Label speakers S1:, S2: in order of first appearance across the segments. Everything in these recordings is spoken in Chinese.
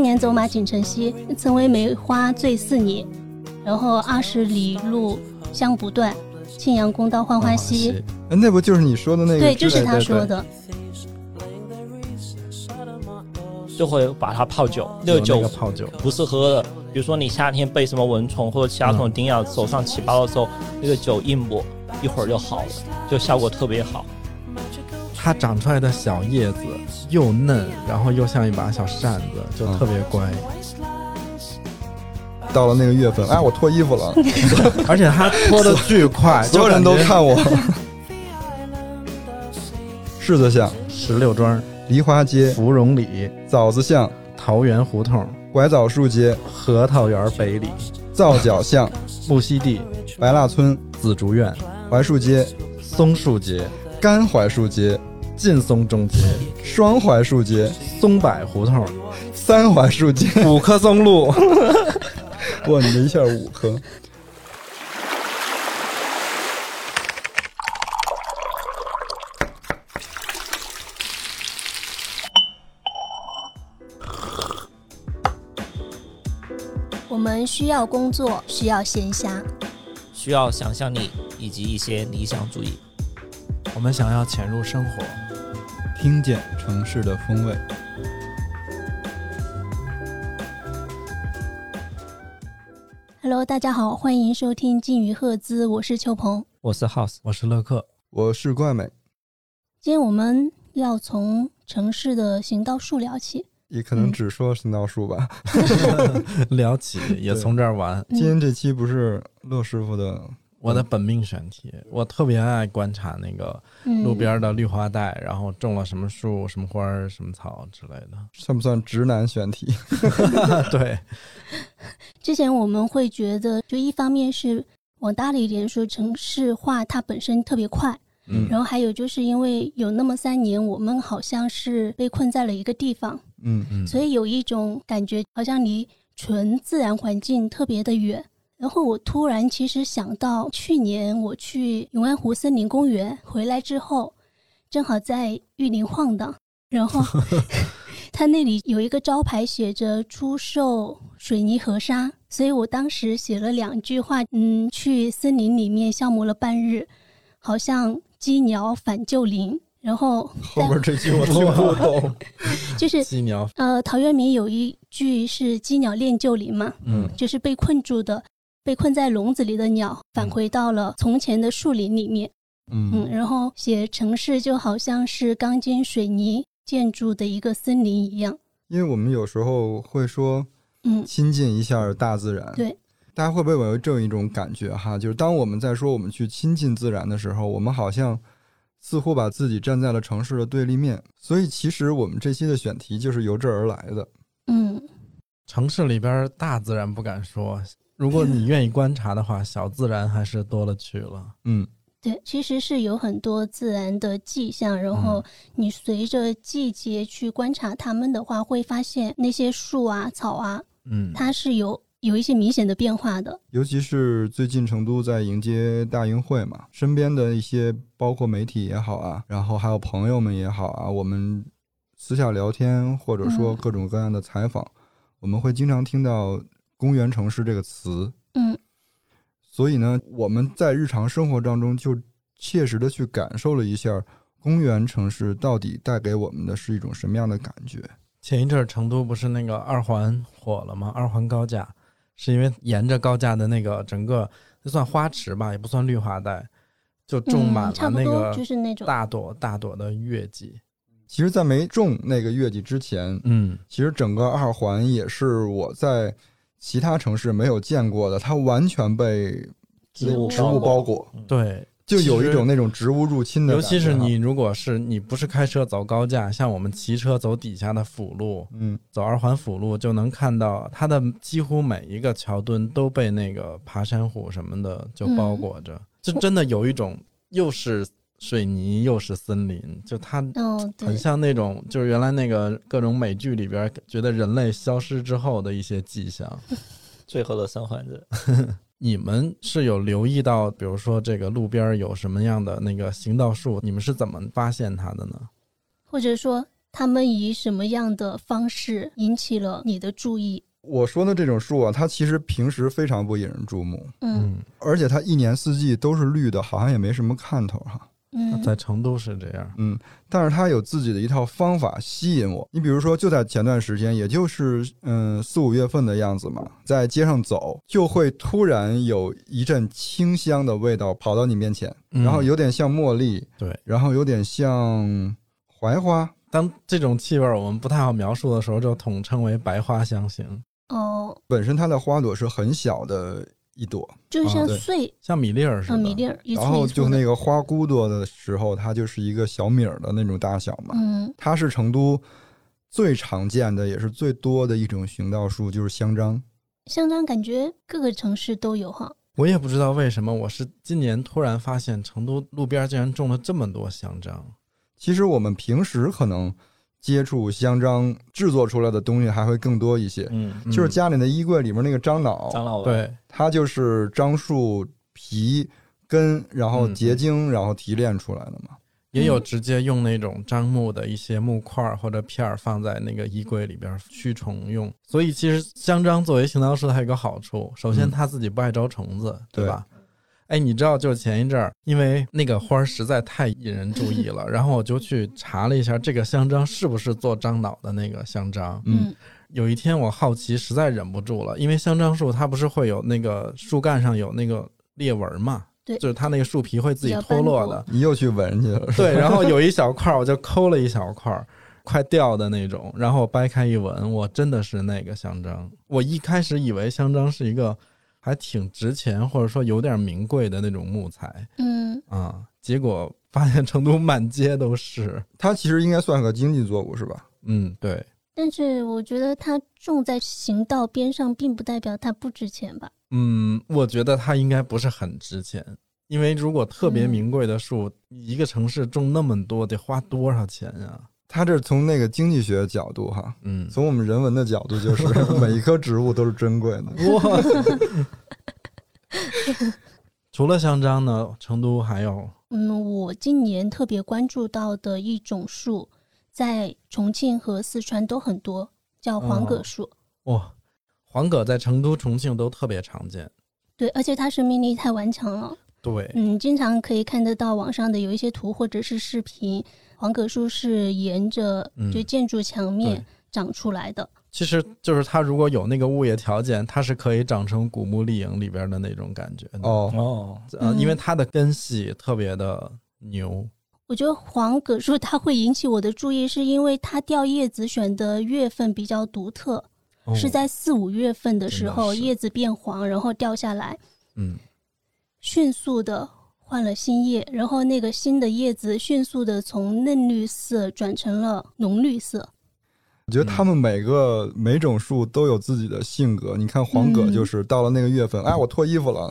S1: 年走马锦城西，曾为梅花醉似你。然后二十里路香不断，庆阳公道欢欢喜。
S2: 哎，那不就是你说的那个？
S1: 对，就是他说的。
S3: 就会把它泡酒，那个酒
S2: 泡酒
S3: 不是喝的。比如说你夏天被什么蚊虫或者其他虫叮咬，手上起包的时候，那个酒一抹，一会儿就好了，就效果特别好。
S4: 它长出来的小叶子又嫩，然后又像一把小扇子，就特别乖。
S2: 到了那个月份，哎，我脱衣服了，
S4: 而且它脱 的巨快，
S2: 所有人都看我。柿子巷、
S4: 石榴庄、
S2: 梨花街、
S4: 芙蓉里、
S2: 枣子巷、
S4: 桃源胡同、
S2: 拐枣树街、
S4: 核桃园北里、
S2: 皂角巷、
S4: 木樨地、
S2: 白蜡村、
S4: 紫竹院、
S2: 槐树街、
S4: 松树街、
S2: 干槐树街、
S4: 劲松中街、
S2: 双槐树街、
S4: 松柏胡同、
S2: 三槐树街。
S4: 五棵松路。
S2: 哇，你这一下五颗。
S1: 我们需要工作，需要闲暇，
S3: 需要想象力以及一些理想主义。
S4: 我们想要潜入生活，
S2: 听见城市的风味。
S1: Hello，大家好，欢迎收听金鱼赫兹，我是邱鹏。
S3: 我是 House，
S4: 我是乐克。
S2: 我是怪美，
S1: 今天我们要从城市的行道树聊起。
S2: 也可能
S1: 嗯
S2: 只说行道树吧。
S4: 聊起也从这儿玩。
S1: 嗯
S2: 今天这期不是乐师傅的，
S4: 我的本命选题，我特别爱观察那个
S1: 嗯
S4: 路边的绿化带，然后种了什么树、什么花儿、什么草之类 的。
S2: 算不算直男选题？
S4: 对，
S1: 之前我们会觉得，就一方面是往大了一点说，城市化它本身特别快，
S4: 嗯
S1: 然后还有就是因为有那么三年，我们好像是被困在了一个地方，
S2: 嗯，
S4: 嗯，
S1: 所以有一种感觉，好像离纯自然环境特别的远。然后我突然其实想到，去年我去永安湖森林公园回来之后，正好在玉林晃荡，然 后它那里有一个招牌写着出售水泥河沙，所以我当时写了两句话，嗯，去森林里面消磨了半日，好像鸡鸟返旧林。然后
S2: 后边 这句我听不懂。
S1: 就是
S4: 鸡鸟，
S1: 呃，陶渊明有一句是“鸡鸟恋旧林”嘛，
S4: 嗯
S1: 就是被困住的、被困在笼子里的鸟，
S4: 嗯
S1: 返回到了从前的树林里面。嗯，
S2: 嗯，
S1: 然后写城市就好像是钢筋水泥建筑的一个森林一样。
S2: 因为我们有时候会说
S1: 嗯，
S2: 亲近一下大自然。
S1: 对，
S2: 大家会不会有这样一种感觉哈？就是当我们在说我们去亲近自然的时候，我们好像似乎把自己站在了城市的对立面。所以，其实我们这期的选题就是由这儿而来的。
S1: 嗯，
S4: 城市里边大自然不敢说，如果你愿意观察的话，小自然还是多了去了。
S2: 嗯，
S1: 对，其实是有很多自然的迹象，然
S4: 嗯
S1: 后你随着季节去观察它们的话，会发现那些树啊、草啊，
S4: 嗯，
S1: 它是有有一些明显的变化的。
S2: 尤其是最近成都在迎接大运会嘛，身边的一些包括媒体也好啊，然后还有朋友们也好啊，我们私下聊天或者说
S1: 嗯
S2: 各种各样的采访，我们会经常听到“公园城市”这个词。
S1: 嗯，
S2: 所以呢，我们在日常生活当中就切实的去感受了一下公园城市到底带给我们的是一种什么样的感觉。
S4: 前一阵儿成都不是那个二环火了吗？二环高架是因为沿着高架的那个整个，就算花池吧，也不算绿化带，就种
S1: 嗯
S4: 满
S1: 差
S4: 了
S1: 不
S4: 那
S1: 多
S4: 个
S1: 就是那种。
S4: 大朵大朵的月季。
S2: 其实，在没种那个月季之前，
S4: 嗯，
S2: 其实整个二环也是我在其他城市没有见过的，它完全被
S3: 植物
S2: 植物包裹，
S4: 对，
S2: 就有
S4: 其
S2: 一
S4: 实
S2: 种那种植物入侵的
S4: 尤
S2: 感觉哈。
S4: 其是你如果是你不是开车走高架，像我们骑车走底下的辅路，
S2: 嗯，
S4: 走二环辅路就能看到它的几乎每一个桥墩都被那个爬山虎什么的就包裹着，就真的有一种又是水泥又是森林，就它
S1: 嗯，对
S4: 很，像那种就是原来那个各种美剧里边觉得人类消失之后的一些迹象。
S3: 最后的生还者。
S4: 你们是有留意到，比如说这个路边有什么样的那个行道树，你们是怎么发现它的呢？
S1: 或者说他们以什么样的方式引起了你的注意？
S2: 我说的这种树啊，它其实平时非常不引人注目，
S1: 嗯
S4: 嗯，
S2: 而且它一年四季都是绿的，好像也没什么看头哈。
S1: 嗯
S4: 啊在成都是这样，
S2: 嗯，但是它有自己的一套方法吸引我。你比如说，就在前段时间，也就是嗯四五月份的样子嘛，在街上走，就会突然有一阵清香的味道跑到你面前，
S4: 嗯
S2: 然后有点像茉莉，
S4: 对，
S2: 然后有点像槐花，
S4: 当这种气味儿我们不太好描述的时候，就统称为白花香型，
S1: 哦，
S2: 本身它的花朵是很小的一朵，
S1: 就像
S2: 啊对
S1: 穗
S4: 像米粒儿似
S1: 啊，
S4: 的。
S1: 米粒儿一
S2: 然
S1: 簇
S2: 后
S1: 一
S2: 就
S1: 簇的，
S2: 那个花骨朵的时候，它就是一个小米儿的那种大小嘛。
S1: 嗯
S2: 它是成都最常见的，也是最多的一种行道树，就是香樟。
S1: 香樟感觉各个城市都有哈，
S4: 我也不知道为什么，我是今年突然发现成都路边竟然种了这么多香樟。
S2: 其实我们平时可能接触香樟制作出来的东西还会更多一些，
S3: 嗯，
S2: 就是
S4: 嗯
S2: 家里的衣柜里面那个樟
S3: 张
S2: 脑，
S3: 老板，
S4: 对，
S2: 它就是樟树皮根，然后
S4: 嗯
S2: 结晶，然后提炼出来的嘛。
S4: 也有
S1: 嗯
S4: 直接用那种樟木的一些木块儿或者片儿放在那个衣柜里边儿驱虫用。所以其实香樟作为行道树，它有个好处，首先
S2: 嗯
S4: 它自己不爱招虫子，对
S2: 对
S4: 吧？哎，你知道，就是前一阵儿，因为那个花儿实在太引人注意了，然后我就去查了一下这个香樟是不是做樟脑的那个香樟。
S2: 嗯，
S4: 有一天我好奇，实在忍不住了，因为香樟树它不是会有那个树干上有那个裂纹嘛？
S1: 对
S4: 就是它那个树皮会自己
S1: 比较
S4: 脱落
S1: 斑驳
S4: 的。
S2: 你又去闻去 了，
S4: 对，然后有一小块儿，我就抠了一小块儿，快掉的那种，然后掰开一闻，我真的是那个香樟。我一开始以为香樟是一个还挺值钱，或者说有点名贵的那种木材
S1: 嗯
S4: 啊、结果发现成都满街都是。
S2: 它其实应该算个经济作物是吧？
S4: 嗯，对，
S1: 但是我觉得它种在行道边上，并不代表它不值钱吧？
S4: 嗯，我觉得它应该不是很值钱。因为如果特别
S1: 嗯
S4: 名贵的树，一个城市种那么多，得花多少钱啊？
S2: 它这从那个经济学角度哈，
S4: 嗯，
S2: 从我们人文的角 度，就是每一棵植物都是珍贵的。
S4: 哇！ 除了香樟呢，成都还有
S1: 嗯，我今年特别关注到的一种树，在重庆和四川都很多，叫黄葛
S4: 哦
S1: 树。
S4: 哇，黄葛在成都、重庆都特别常见。
S1: 对，而且它生命力太顽强了。
S4: 对，
S1: 嗯，经常可以看得到网上的有一些图或者是视频，黄葛树是沿着
S4: 嗯
S1: 就建筑墙
S4: 对
S1: 面长出来的。
S4: 其实就是它如果有那个物业条件，它是可以长成古墓丽影里边的那种感觉的。，
S2: 哦，
S3: 哦，
S4: 呃，因为
S1: 嗯
S4: 它的根系特别的牛。
S1: 我觉得黄葛树它会引起我的注意，是因为它掉叶子选的月份比较独特，
S4: 哦
S1: 是在四五月份的
S4: 真
S1: 时
S4: 的
S1: 候
S4: 是
S1: 叶子变黄，然后掉下来，
S4: 嗯，
S1: 迅速的换了新叶，然后那个新的叶子迅速的从嫩绿色转成了浓绿色。
S2: 我觉得他们每个每种树都有自己的性格。你看黄葛
S1: 嗯
S2: 就是到了那个月
S4: 嗯
S2: 份，哎，我脱衣服 了，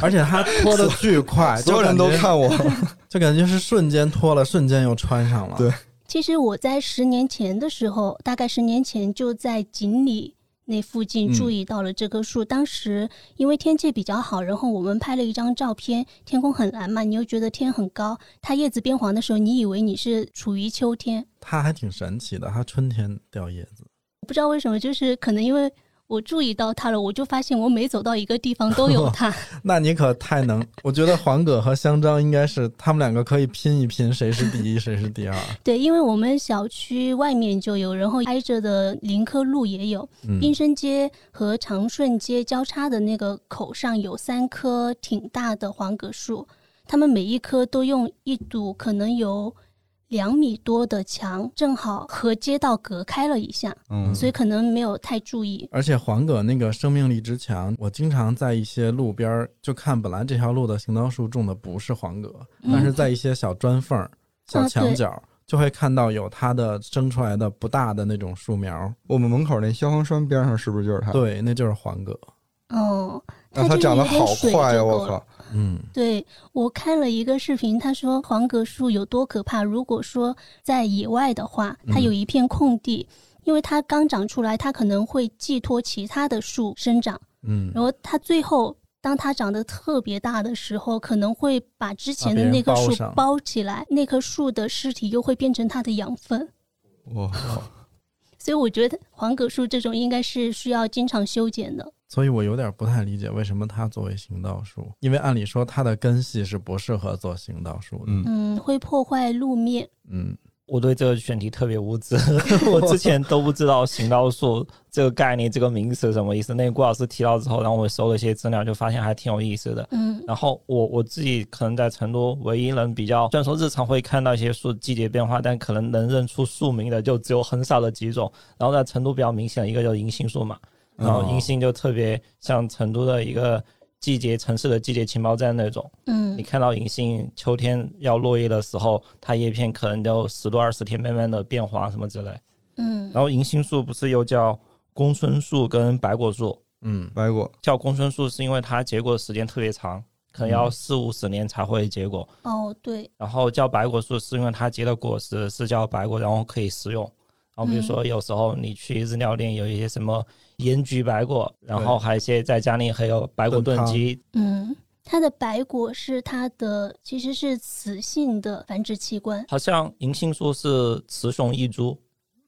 S4: 而且它脱的巨快，
S2: 所有
S4: 就
S2: 人
S4: 哎感
S2: 都
S4: 觉，
S2: 看我。
S4: 就感觉是瞬间脱了，瞬间又穿上了。
S2: 对
S1: 其实我在十年前的时候，大概十年前就在锦里那附近
S4: 嗯
S1: 注意到了这棵树。当时因为天气比较好，然后我们拍了一张照片，天空很蓝嘛，你又觉得天很高，它叶子变黄的时候，你以为你是处于秋天，
S4: 它还挺神奇的，它春天掉叶子。
S1: 我不知道为什么，就是可能因为。我注意到它了，我就发现我每走到一个地方都有它。
S4: 那你可太能，我觉得黄葛和香樟应该是他们两个可以拼一拼，谁是第一，谁是第二。
S1: 对，因为我们小区外面就有，然后挨着的林科路也有，
S4: 嗯
S1: 滨生街和长顺街交叉的那个口上有三棵挺大的黄葛树，它们每一棵都用一堵可能有两米多的墙，正好和街道隔开了一下，
S2: 嗯，
S1: 所以可能没有太注意。
S4: 而且黄葛那个生命力之强，我经常在一些路边儿就看，本来这条路的行道树种的不是黄葛，
S1: 嗯
S4: 但是在一些小砖缝儿、小
S1: 啊
S4: 墙
S1: 对
S4: 角儿，就会看到有它的生出来的不大的那种树苗。
S2: 我们门口那消防栓边上是不是就是它？，
S4: 对，那就是黄葛。
S1: 哦，
S2: 那
S1: 它
S2: 它长得好快呀！
S1: 呀！
S2: 我靠，
S4: 嗯，
S1: 对我看了一个视频，他说黄葛树有多可怕。如果说在野外的话，
S2: 嗯
S1: 它有一片空地，因为它刚长出来，它可能会寄托其他的树生长。
S4: 嗯，
S1: 然后它最后当它长得特别大的时候，可能会把之前
S4: 把别
S1: 的
S4: 人
S1: 那棵
S4: 包
S1: 树
S4: 上
S1: 包起来，那棵树的尸体又会变成它的养分。
S2: 哇，
S1: 所以我觉得黄葛树这种应该是需要经常修剪的。
S4: 所以我有点不太理解为什么它作为行道树，因为按理说它的根系是不适合做行道树的。
S2: 嗯，
S1: 嗯，会破坏路面。
S4: 嗯，
S3: 我对这个选题特别无 知，我之前都不知道行道树这个概念、这个名词是什么意思。那个顾老师提到之后，然后我搜了一些资料，就发现还挺有意思的。
S1: 嗯
S3: 然后我我自己可能在成都唯一能比较，虽然说日常会看到一些树季节变化，但可能能认出树名的就只有很少的几种。然后在成都比较明显的一个就是银杏树嘛，然后银杏就特别像成都的一个季节城市的季节情报站那种。你
S1: 嗯
S3: 看到银杏秋天要落叶的时候，它叶片可能就十多二十天慢慢的变黄什么之类。
S1: 嗯
S4: 哦
S3: 然后银杏树不是又叫公孙树跟白果树？
S4: 嗯
S2: 白果，
S3: 叫公孙树是因为它结果时间特别长，可
S4: 嗯
S3: 能要四五十年才会结果。
S1: 哦对，
S3: 然后叫白果树是因为它结的果实是叫白果，然后可以食用。然后比
S4: 嗯
S3: 如说有时候你去日料店有一些什么盐焗白果，然后还有一些在家里还有白果
S2: 炖
S3: 炖
S2: 汤
S3: 鸡，
S1: 嗯，它的白果是它的其实是雌性的繁殖器官。
S3: 好像银杏树是雌雄异株，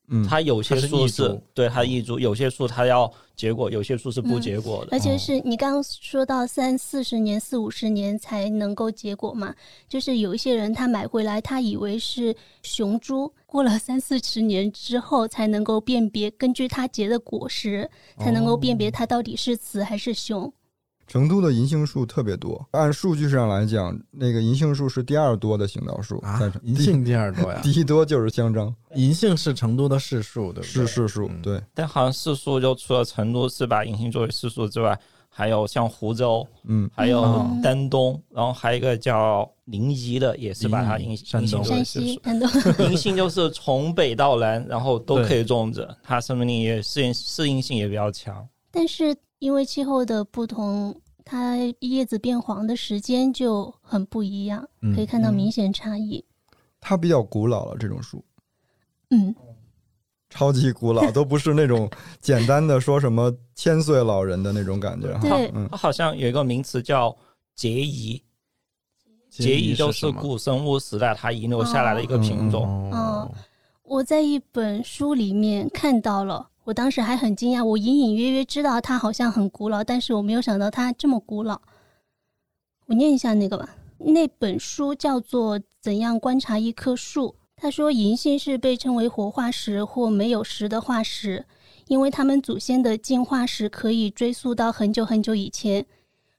S2: 嗯，
S3: 它有些
S4: 它是
S3: 树
S4: 异
S3: 是
S4: 株嗯
S3: 对它异株，有些树它要结果，有些树是不结果
S4: 哎
S3: 的。
S1: 而且是你刚刚说到三四十年、四五十年才能够结果嘛，就是有一些人他买回来，他以为是雄株，过了 三四十年之后才能够辨别，根据它结的果实才能够辨别它到底是雌还是雄。
S2: 成都的银杏树特别多，按数据上来讲，那个银杏树是第二多的行道树，
S4: 啊
S2: 在成，
S4: 银杏啊第二多呀
S2: 第，第一多就是香樟，
S4: 银杏是成都的市树，对不对？
S2: 是市树，
S4: 嗯
S2: 对，
S3: 但好像市树就除了成都是把银杏作为市树之外，还有像湖州，
S2: 嗯，
S3: 还有
S4: 嗯
S3: 丹东，然后还有一个叫临沂的，也是把它
S4: 临
S3: 银
S4: 沂
S3: 银
S4: 山
S3: 杏
S4: 东
S3: 作
S1: 山
S3: 为市
S1: 西
S3: 树。
S1: 很多，
S3: 银杏就是从北到南，然后都可以种植，它生命力也适应适应性也比较强。
S1: 但是因为气候的不同，它叶子变黄的时间就很不一样，
S4: 嗯
S1: 可以看到明显差异。
S2: 它比较古老了，这种树
S1: 嗯
S2: 超级古老，都不是那种简单的说什么千岁老人的那种感觉哈，
S1: 对
S2: 嗯
S3: 它好像有一个名词叫结遗，结遗就
S4: 什
S3: 是
S4: 么
S3: 古生物时代它遗留下来的一个品种。
S1: 嗯
S4: 哦，
S1: 我在一本书里面看到了，我当时还很惊讶，我隐隐约约知道它好像很古老，但是我没有想到它这么古老。我念一下那个吧，那本书叫做《怎样观察一棵树》。他说，银杏是被称为活化石或没有石的化石，因为它们祖先的进化史可以追溯到很久很久以前，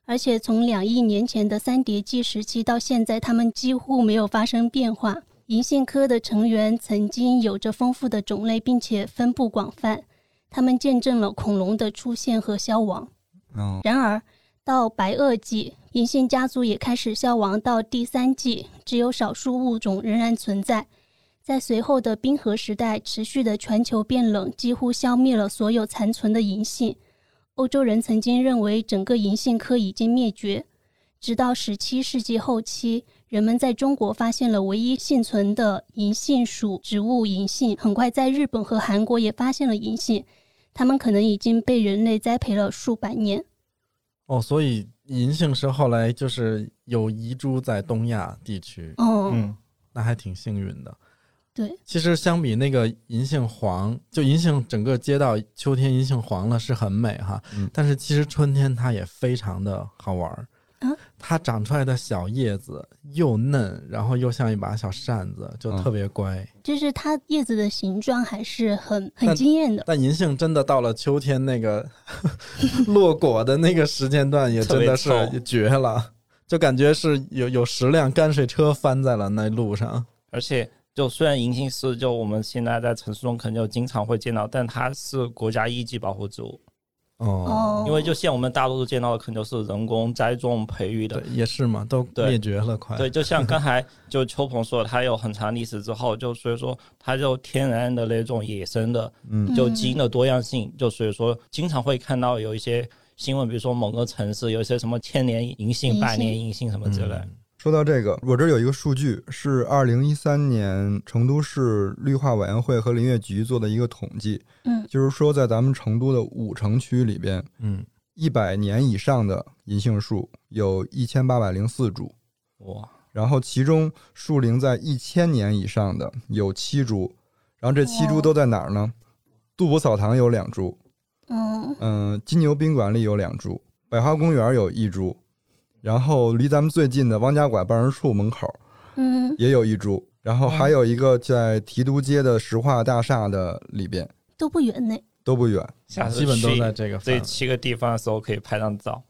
S1: 而且从两亿年前的三叠纪时期到现在，它们几乎没有发生变化。银杏科的成员曾经有着丰富的种类，并且分布广泛，它们见证了恐龙的出现和消亡。
S2: 嗯，
S1: 然而，到白垩纪，银杏家族也开始消亡。到第三纪，只有少数物种仍然存在。在随后的冰河时代，持续的全球变冷几乎消灭了所有残存的银杏。欧洲人曾经认为整个银杏科已经灭绝，直到17世纪后期，人们在中国发现了唯一幸存的银杏属植物银杏。很快，在日本和韩国也发现了银杏，它们可能已经被人类栽培了数百年。
S4: 哦，所以银杏是后来就是有遗珠在东亚地区，
S1: 哦，
S3: 嗯，
S4: 那还挺幸运的。
S1: 对，
S4: 其实相比那个银杏黄，就银杏整个街道秋天银杏黄了是很美哈，
S2: 嗯
S4: 但是其实春天它也非常的好玩儿。
S1: 啊
S4: 它长出来的小叶子又嫩，然后又像一把小扇子，就特别乖。
S1: 就是它叶子的形状还是很很
S4: 但
S1: 惊艳的。
S4: 但银杏真的到了秋天那个 落果的那个时间段，也真的
S3: 特别
S4: 是
S3: 臭
S4: 绝了，就感觉是有有十辆泔水车翻在了那路上。
S3: 而且就虽然银杏是就我们现在在城市中可能就经常会见到，但它是国家一级保护植物，
S4: 哦，
S1: 哦，
S3: 因为就像我们大多数见到的可能就是人工栽种培育的
S4: 对，，也是嘛，都
S3: 对
S4: 灭绝了，快。
S3: 对，就像刚才就秋鹏说的，它有很长历史之后，就所以说它就天然的那种野生的，
S2: 嗯
S3: 就基因的多样性，就所以说经常会看到有一些新闻，比如说某个城市有一些什么千年银
S1: 银
S3: 杏、
S1: 杏
S3: 百年银杏什么之类。
S4: 嗯
S2: 说到这个，我这儿有一个数据，是二零一三年成都市绿化委员会和林业局做的一个统计，
S1: 嗯
S2: 就是说在咱们成都的五城区里边，
S4: 嗯，
S2: 一百年以上的银杏树有一千八百零四株，
S3: 哇，
S2: 然后其中树龄在一千年以上的有七株，然后这七株都在哪儿呢？杜甫草堂有两株，
S1: 嗯，
S2: 嗯，金牛宾馆里有两株，百花公园有一株，然后离咱们最近的汪家拐办事处门口
S1: 嗯，
S2: 也有一株，然后还有一个在提督街的石化大厦的里边，
S1: 都不远呢。
S2: 都不远。
S3: 下次
S4: 啊基本都
S3: 去
S4: 在这个范
S3: 这
S4: 围。
S3: 七个地方的时候可以拍张照。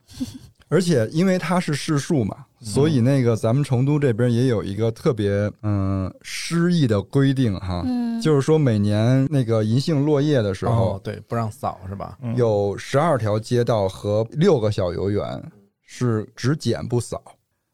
S2: 而且因为它是市树嘛，所以那个咱们成都这边也有一个特别嗯诗意的规定哈，
S1: 嗯，
S2: 啊就是说每年那个银杏落叶的时候
S4: 哦，，对，不让扫是吧？
S3: 嗯
S2: 有十二条街道和六个小游园是只剪不扫，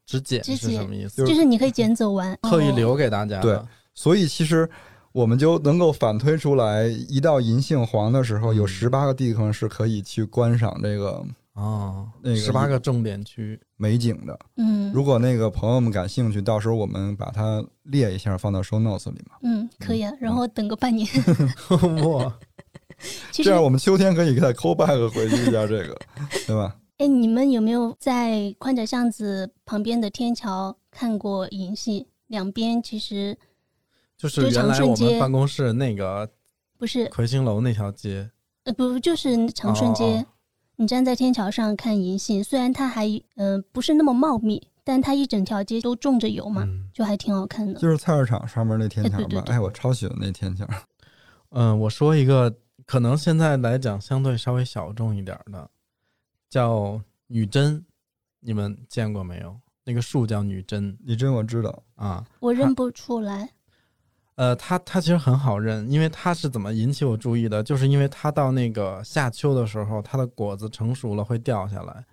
S4: 只剪
S1: 只
S4: 是
S1: 剪
S4: 什么意思？
S1: 就是你可以捡走完，
S4: 特意
S1: 哦
S4: 留给大家的。
S2: 所以其实。我们就能够反推出来，一到银杏黄的时候，有
S4: 嗯
S2: 十八个地方是可以去观赏这个
S4: 哦
S2: 那，个
S4: 十八个重点区，
S2: 美景的。
S1: 嗯，
S2: 如果那个朋友们感兴趣，到时候我们把它列一下，放到 show notes 里嘛。
S1: 嗯可以啊，然后等个半年，
S4: 哇，
S1: 其实
S2: 这样我们秋天可以再 call back 回去一下这个，对吧？
S1: 哎，你们有没有在宽窄巷子旁边的天桥看过银杏？两边其实
S4: 就是原来
S1: 就
S4: 我
S1: 长顺街
S4: 们办公室那个
S1: 不是，
S4: 魁星楼那条街，
S1: 呃，不就是长顺街。
S4: 哦哦
S1: 你站在天桥上看银杏，虽然它还嗯、呃不是那么茂密，但它一整条街都种着油嘛，
S4: 嗯
S1: 就还挺好看的。
S2: 就是菜市场上面那天桥
S1: 哎对对
S2: 吧。
S1: 对
S2: 哎，我超喜欢那天桥。
S4: 嗯，我说一个可能现在来讲相对稍微小众一点儿的，叫女贞，你们见过没有？那个树叫女贞
S2: 你真我知道，
S4: 啊，
S1: 我认不出来，
S4: 呃，它它其实很好认，因为它是怎么引起我注意的，就是因为它到那个夏秋的时候，它的果子成熟了会掉下来，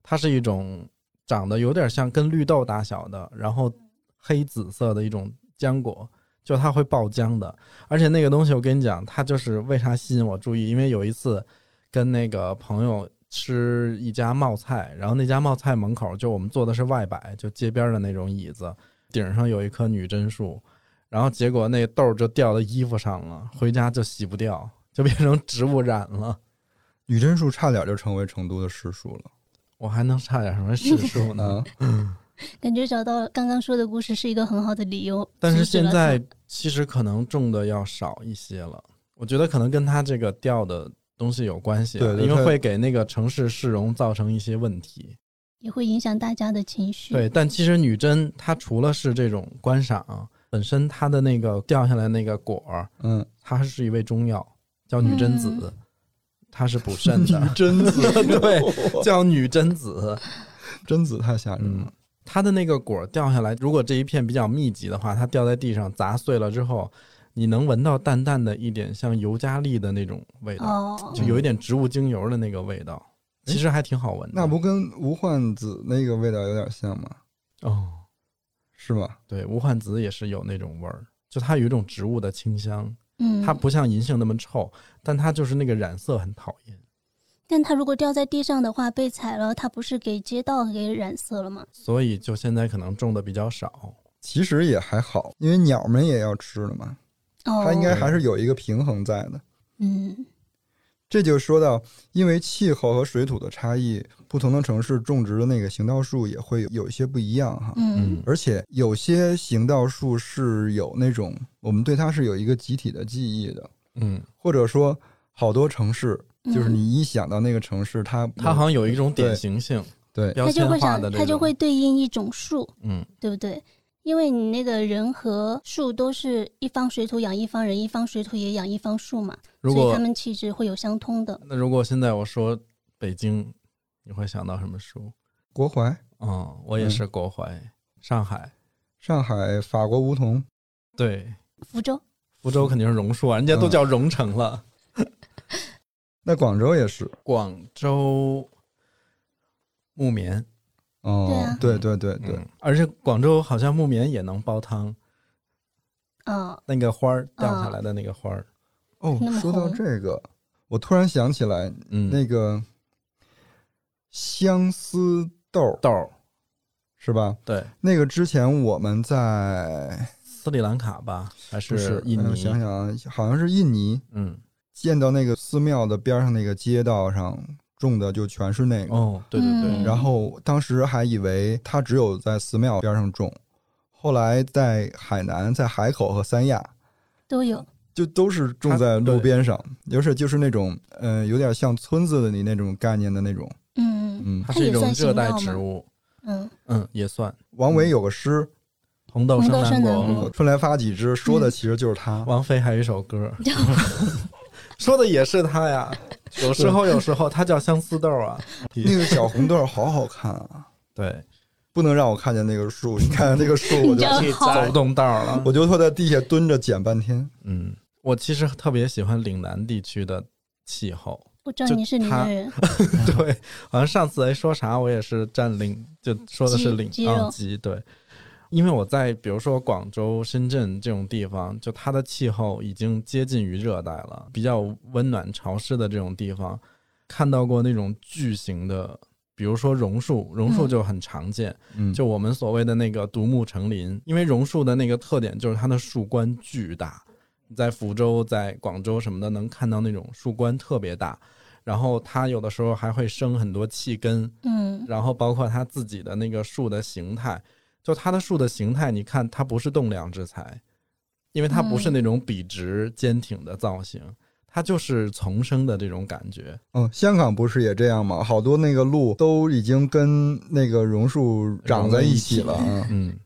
S4: 它是一种长得有点像跟绿豆大小的，然后黑紫色的一种浆果，就它会爆浆的。而且那个东西我跟你讲，它就是为啥吸引我注意，因为有一次跟那个朋友吃一家冒菜，然后那家冒菜门口就我们坐的是外摆，就街边的那种椅子，顶上有一棵女贞树，然后结果那豆儿就掉到衣服上了，回家就洗不掉，就变成植物染了。
S2: 女贞树差点就成为成都的市树了。
S4: 我还能差点什么事数呢？
S2: 啊，
S1: 感觉找到刚刚说的故事是一个很好的理由。
S4: 但是
S1: 阻止
S4: 现
S1: 了
S4: 在
S1: 它
S4: 其实可能种的要少一些了，我觉得可能跟它这个掉的东西有关系啊、
S2: 对对
S4: 因
S2: 它
S4: 为会给那个城市市容造成一些问题。
S1: 也会影响大家的情绪。
S4: 对，但其实女贞它除了是这种观赏，啊本身它的那个掉下来那个果儿，
S2: 嗯，
S4: 它是一味中药，叫女贞子，它是补肾的。
S2: 贞子，
S4: 对叫女贞子，
S2: 贞子太吓人了。
S4: 它的那个果儿掉下来，如果这一片比较密集的话，它掉在地上砸碎了之后，你能闻到淡淡的一点像尤加利的那种味道，
S1: 哦，
S4: 就有一点植物精油的那个味道，
S2: 诶
S4: 其实还挺好闻的。
S2: 那不跟吴焕子那个味道有点像吗？
S4: 哦，
S2: 是吗？
S4: 对，无患子也是有那种味儿，就它有一种植物的清香，
S1: 嗯，
S4: 它不像银杏那么臭，但它就是那个染色很讨厌。
S1: 但它如果掉在地上的话，被踩了，它不是给街道给染色了吗？
S4: 所以就现在可能种的比较少，
S2: 其实也还好，因为鸟们也要吃的嘛，
S1: 哦，
S2: 它应该还是有一个平衡在的。
S1: 嗯
S2: 这就说到，因为气候和水土的差异，不同的城市种植的那个行道树也会有一些不一样哈。
S1: 嗯
S2: 而且有些行道树是有那种我们对它是有一个集体的记忆的，
S4: 嗯，
S2: 或者说好多城市，
S1: 嗯
S2: 就是你一想到那个城市，它
S4: 它好像有一种典
S2: 对
S4: 型性
S2: 对
S4: 标
S1: 它就
S4: 签
S1: 会
S4: 化
S1: 想
S4: 的，这种，
S1: 它就会对应一种树，
S4: 嗯
S1: 对不对？因为你那个人和树都是一方水土养一方人，一方水土也养一方树嘛，
S4: 如
S1: 所以
S4: 果
S1: 它们气质会有相通的。
S4: 那如果现在我说北京，你会想到什么书？
S2: 国槐、
S4: 嗯，我也是国槐，上海，
S2: 上海、法国梧桐，
S4: 对，
S1: 福州，
S4: 福州肯定是榕树啊，人
S2: 嗯
S4: 家都叫榕城了。
S2: 那广州也是。
S4: 广州木棉，
S2: 哦
S1: 对啊，
S2: 对对对对，
S4: 嗯，而且广州好像木棉也能煲汤，
S1: 嗯
S4: 那个花儿掉下来的那个花儿，
S2: 哦
S1: 那么，
S2: 说到
S1: 红
S2: 这个，我突然想起来，
S4: 嗯，
S2: 那个相思豆
S4: 豆儿，
S2: 是吧？
S4: 对，
S2: 那个之前我们在
S4: 斯里兰卡吧，还
S2: 不是
S4: 印
S2: 嗯我想
S4: 尼？
S2: 想啊，好像是印尼，
S4: 嗯，
S2: 见到那个寺庙的边上那个街道上种的就全是那个，
S4: 哦，对对对，
S1: 嗯
S2: 然后当时还以为它只有在寺庙边上种，后来在海南、在海口和三亚
S1: 都有，
S2: 就都是种在
S4: 它对
S2: 路边上，而且就是那种呃，有点像村子里那种概念的那种。
S1: 嗯
S2: 嗯，
S4: 它
S1: 它
S4: 是一
S1: 也
S4: 种
S1: 算
S4: 热带
S1: 形貌
S4: 植
S1: 吗
S4: 物，
S1: 嗯，
S4: 嗯，也算
S2: 王维有个诗
S4: 红豆
S1: 红
S4: 生
S1: 豆
S4: 南
S1: 生南
S4: 国嗯
S1: 国。
S2: 春来发几枝，说的其实就是他。
S4: 王菲还有一首歌，说的也是她呀。有时候，有时候她叫相思豆啊。
S2: 那个小红豆儿好好看啊！
S4: 对，
S2: 不能让我看见那个树，你看见那个树，我
S1: 你知
S2: 就
S1: 道
S3: 气
S1: 好
S3: 炸
S4: 走动道了。
S2: 我就坐在地下蹲着捡半天。
S4: 嗯，我其实特别喜欢岭南地区的气候。
S1: 我知道
S4: 就
S1: 你是里
S4: 它
S1: 面人，
S4: 对， 好像上次哎说啥，我也是占领，就说的
S1: 鸡
S4: 是领
S1: 鸡
S4: 啊
S1: 肉
S4: 鸡对。因为我在比如说广州、深圳这种地方，就它的气候已经接近于热带了，比较温暖潮湿的这种地方，看到过那种巨型的，比如说榕树，榕树
S1: 嗯
S4: 就很常见，
S2: 嗯，
S4: 就我们所谓的那个独木成林，因为榕树的那个特点就是它的树冠巨大，你在福州、在广州什么的能看到那种树冠特别大，然后它有的时候还会生很多气根，
S1: 嗯
S4: 然后包括它自己的那个树的形态，就它的树的形态，你看它不是栋梁之材，因为它不是
S1: 嗯
S4: 那种笔直坚挺的造型，它就是丛生的这种感觉。
S2: 嗯，香港不是也这样吗？好多那个路都已经跟那个榕树长在一起了。嗯
S4: 嗯，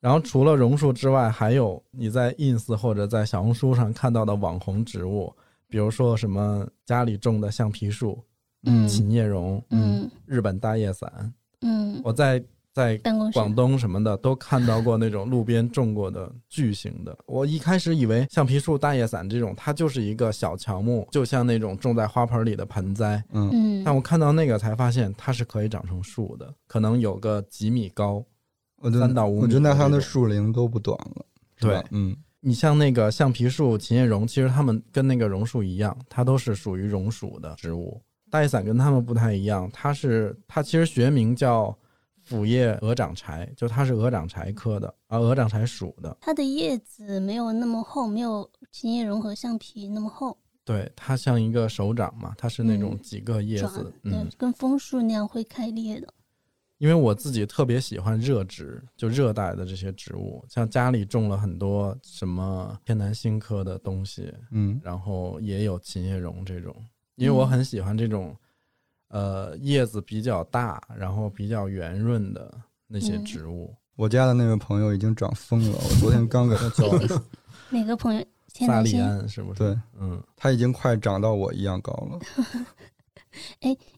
S4: 然后除了榕树之外，还有你在 ins 或者在小红书上看到的网红植物，比如说什么家里种的橡皮树、
S1: 嗯
S4: 琴叶榕、
S1: 嗯
S4: 日本大叶伞，
S1: 嗯，
S4: 我在在
S1: 办公室
S4: 广东什么的都看到过那种路边种过的巨型的。我一开始以为橡皮树、大叶伞这种，它就是一个小乔木，就像那种种在花盆里的盆栽。
S2: 嗯，
S1: 嗯，
S4: 但我看到那个才发现，它是可以长成树的，可能有个几米高。
S2: 我觉
S4: 三
S2: 得
S4: 到五米
S2: 我觉得那它
S4: 的
S2: 的
S4: 这种
S2: 树龄都不短了。是吧
S4: 对
S2: 嗯
S4: 你像那个橡皮树、琴叶榕，其实它们跟那个榕树一样，它都是属于榕属的植物。大叶伞跟它们不太一样，它是它其实学名叫腐叶鹅掌柴，就它是鹅掌柴科的啊，鹅掌柴属的。
S1: 它的叶子没有那么厚，没有琴叶榕和橡皮那么厚，
S4: 对，它像一个手掌嘛，它是那种
S1: 嗯
S4: 几个叶
S1: 转
S4: 子，嗯，
S1: 对，跟枫树那样会开裂的。
S4: 因为我自己特别喜欢热植，就热带的这些植物，像家里种了很多什么天南星科的东西，
S2: 嗯，
S4: 然后也有琴叶榕这种，因
S1: 嗯
S4: 为我很喜欢这种，呃，叶子比较大，然后比较圆润的那些
S1: 嗯
S4: 植物。
S2: 我家的那位朋友已经长疯了，我昨天刚给他浇了，
S1: 哪个朋友？天
S4: 萨
S1: 南
S4: 利
S1: 星，
S4: 安是不是？
S2: 对，
S4: 嗯，
S2: 他已经快长到我一样高了。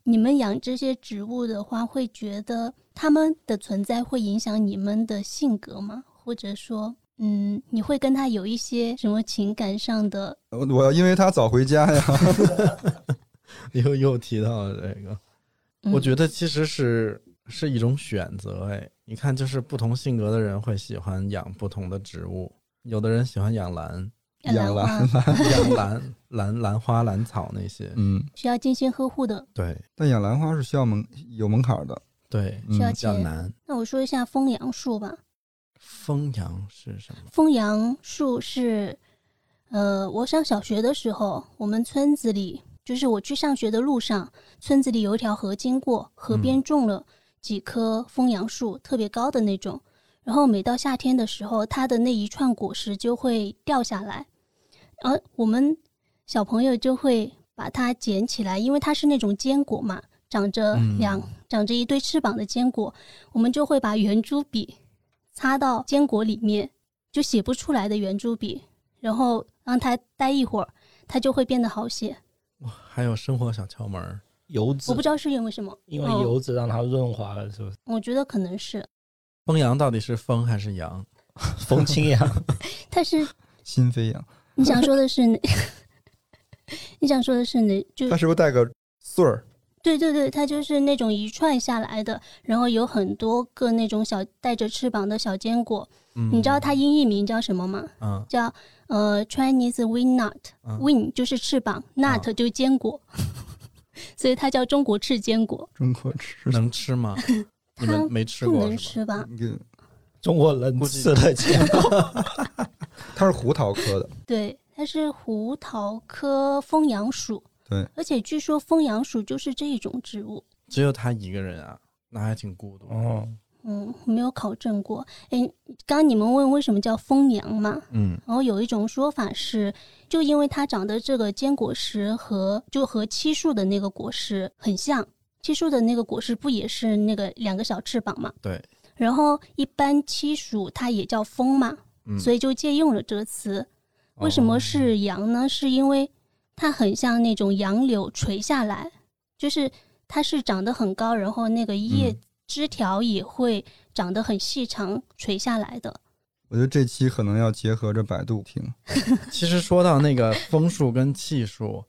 S1: 你们养这些植物的话，会觉得它们的存在会影响你们的性格吗？或者说，嗯，你会跟它有一些什么情感上的？
S2: 我我要因为他早回家呀。
S4: 又又提到了这个，
S1: 嗯、
S4: 我觉得其实是是一种选择。哎，你看，就是不同性格的人会喜欢养不同的植物，有的人喜欢养兰，
S1: 得
S2: 养
S1: 兰花
S4: 养兰、兰兰花、兰草那些。
S2: 嗯，
S1: 需要精心呵护的，
S4: 对
S2: 但养兰花是需要门有门槛儿的。
S4: 对，
S1: 需要
S2: 嗯
S4: 比较
S1: 钱。
S4: 难。
S1: 那我说一下枫杨树吧。
S4: 枫杨是什么？
S1: 枫杨树是，呃，我上小学的时候，我们村子里，就是我去上学的路上，村子里有一条河经过，河边种了几棵枫杨树，特别高的那种。然后每到夏天的时候，它的那一串果实就会掉下来，而我们小朋友就会把它捡起来，因为它是那种坚果嘛，长着两、长着一对翅膀的坚果，我们就会把圆珠笔插到坚果里面，就写不出来的圆珠笔，然后让它待一会儿，它就会变得好写。
S4: 哇，还有生活小窍门儿。
S3: 油脂
S1: 我不，知道是因为什么，
S3: 因为
S1: 嗯
S3: 油脂让它润滑了，是不是？
S1: 我觉得可能是
S4: 枫杨到底是枫还是杨？
S3: 风清扬，
S1: 它是
S2: 心扉呀，
S1: 你想说的是哪？ 你想说的是哪？就
S2: 它是不是带个穗儿？
S1: 对对对，它就是那种一串下来的，然后有很多个那种小带着翅膀的小坚果。
S4: 嗯，
S1: 你知道它音译名叫什么吗？
S4: 嗯
S1: 叫呃 Chinese wing nut。
S4: 嗯
S1: wing 就是翅膀，nut
S4: 啊
S1: 就是坚 果，所以它叫中国赤坚果。
S2: 真可吃！
S4: 能吃 吗？你
S1: 它
S4: 们没吃
S1: 不
S4: 过
S1: 能
S4: 是
S1: 吃
S4: 吗？
S1: 吧？
S2: 你给
S3: 中国人吃的坚果，
S2: 它是胡桃科的，
S1: 对，它是胡桃科枫杨属。
S2: 对，
S1: 而且据说枫杨属就是这一种植物。
S4: 只有他一个人啊，那还挺孤独的。
S3: 哦，
S1: 嗯，没有考证过。哎，刚刚你们问为什么叫风娘嘛？
S4: 嗯
S1: 然后有一种说法是，就因为它长得这个坚果石和就和漆树的那个果实很像，漆树的那个果实不也是那个两个小翅膀嘛？
S4: 对。
S1: 然后一般漆属它也叫风嘛，
S4: 嗯，
S1: 所以就借用了这个词。为什
S2: 哦
S1: 么是杨呢？是因为它很像那种杨柳垂下来，就是它是长得很高，然后那个叶
S4: 嗯
S1: 枝条也会长得很细长垂下来的。
S2: 我觉得这期可能要结合着百度听，
S4: 哦？其实说到那个风术跟气术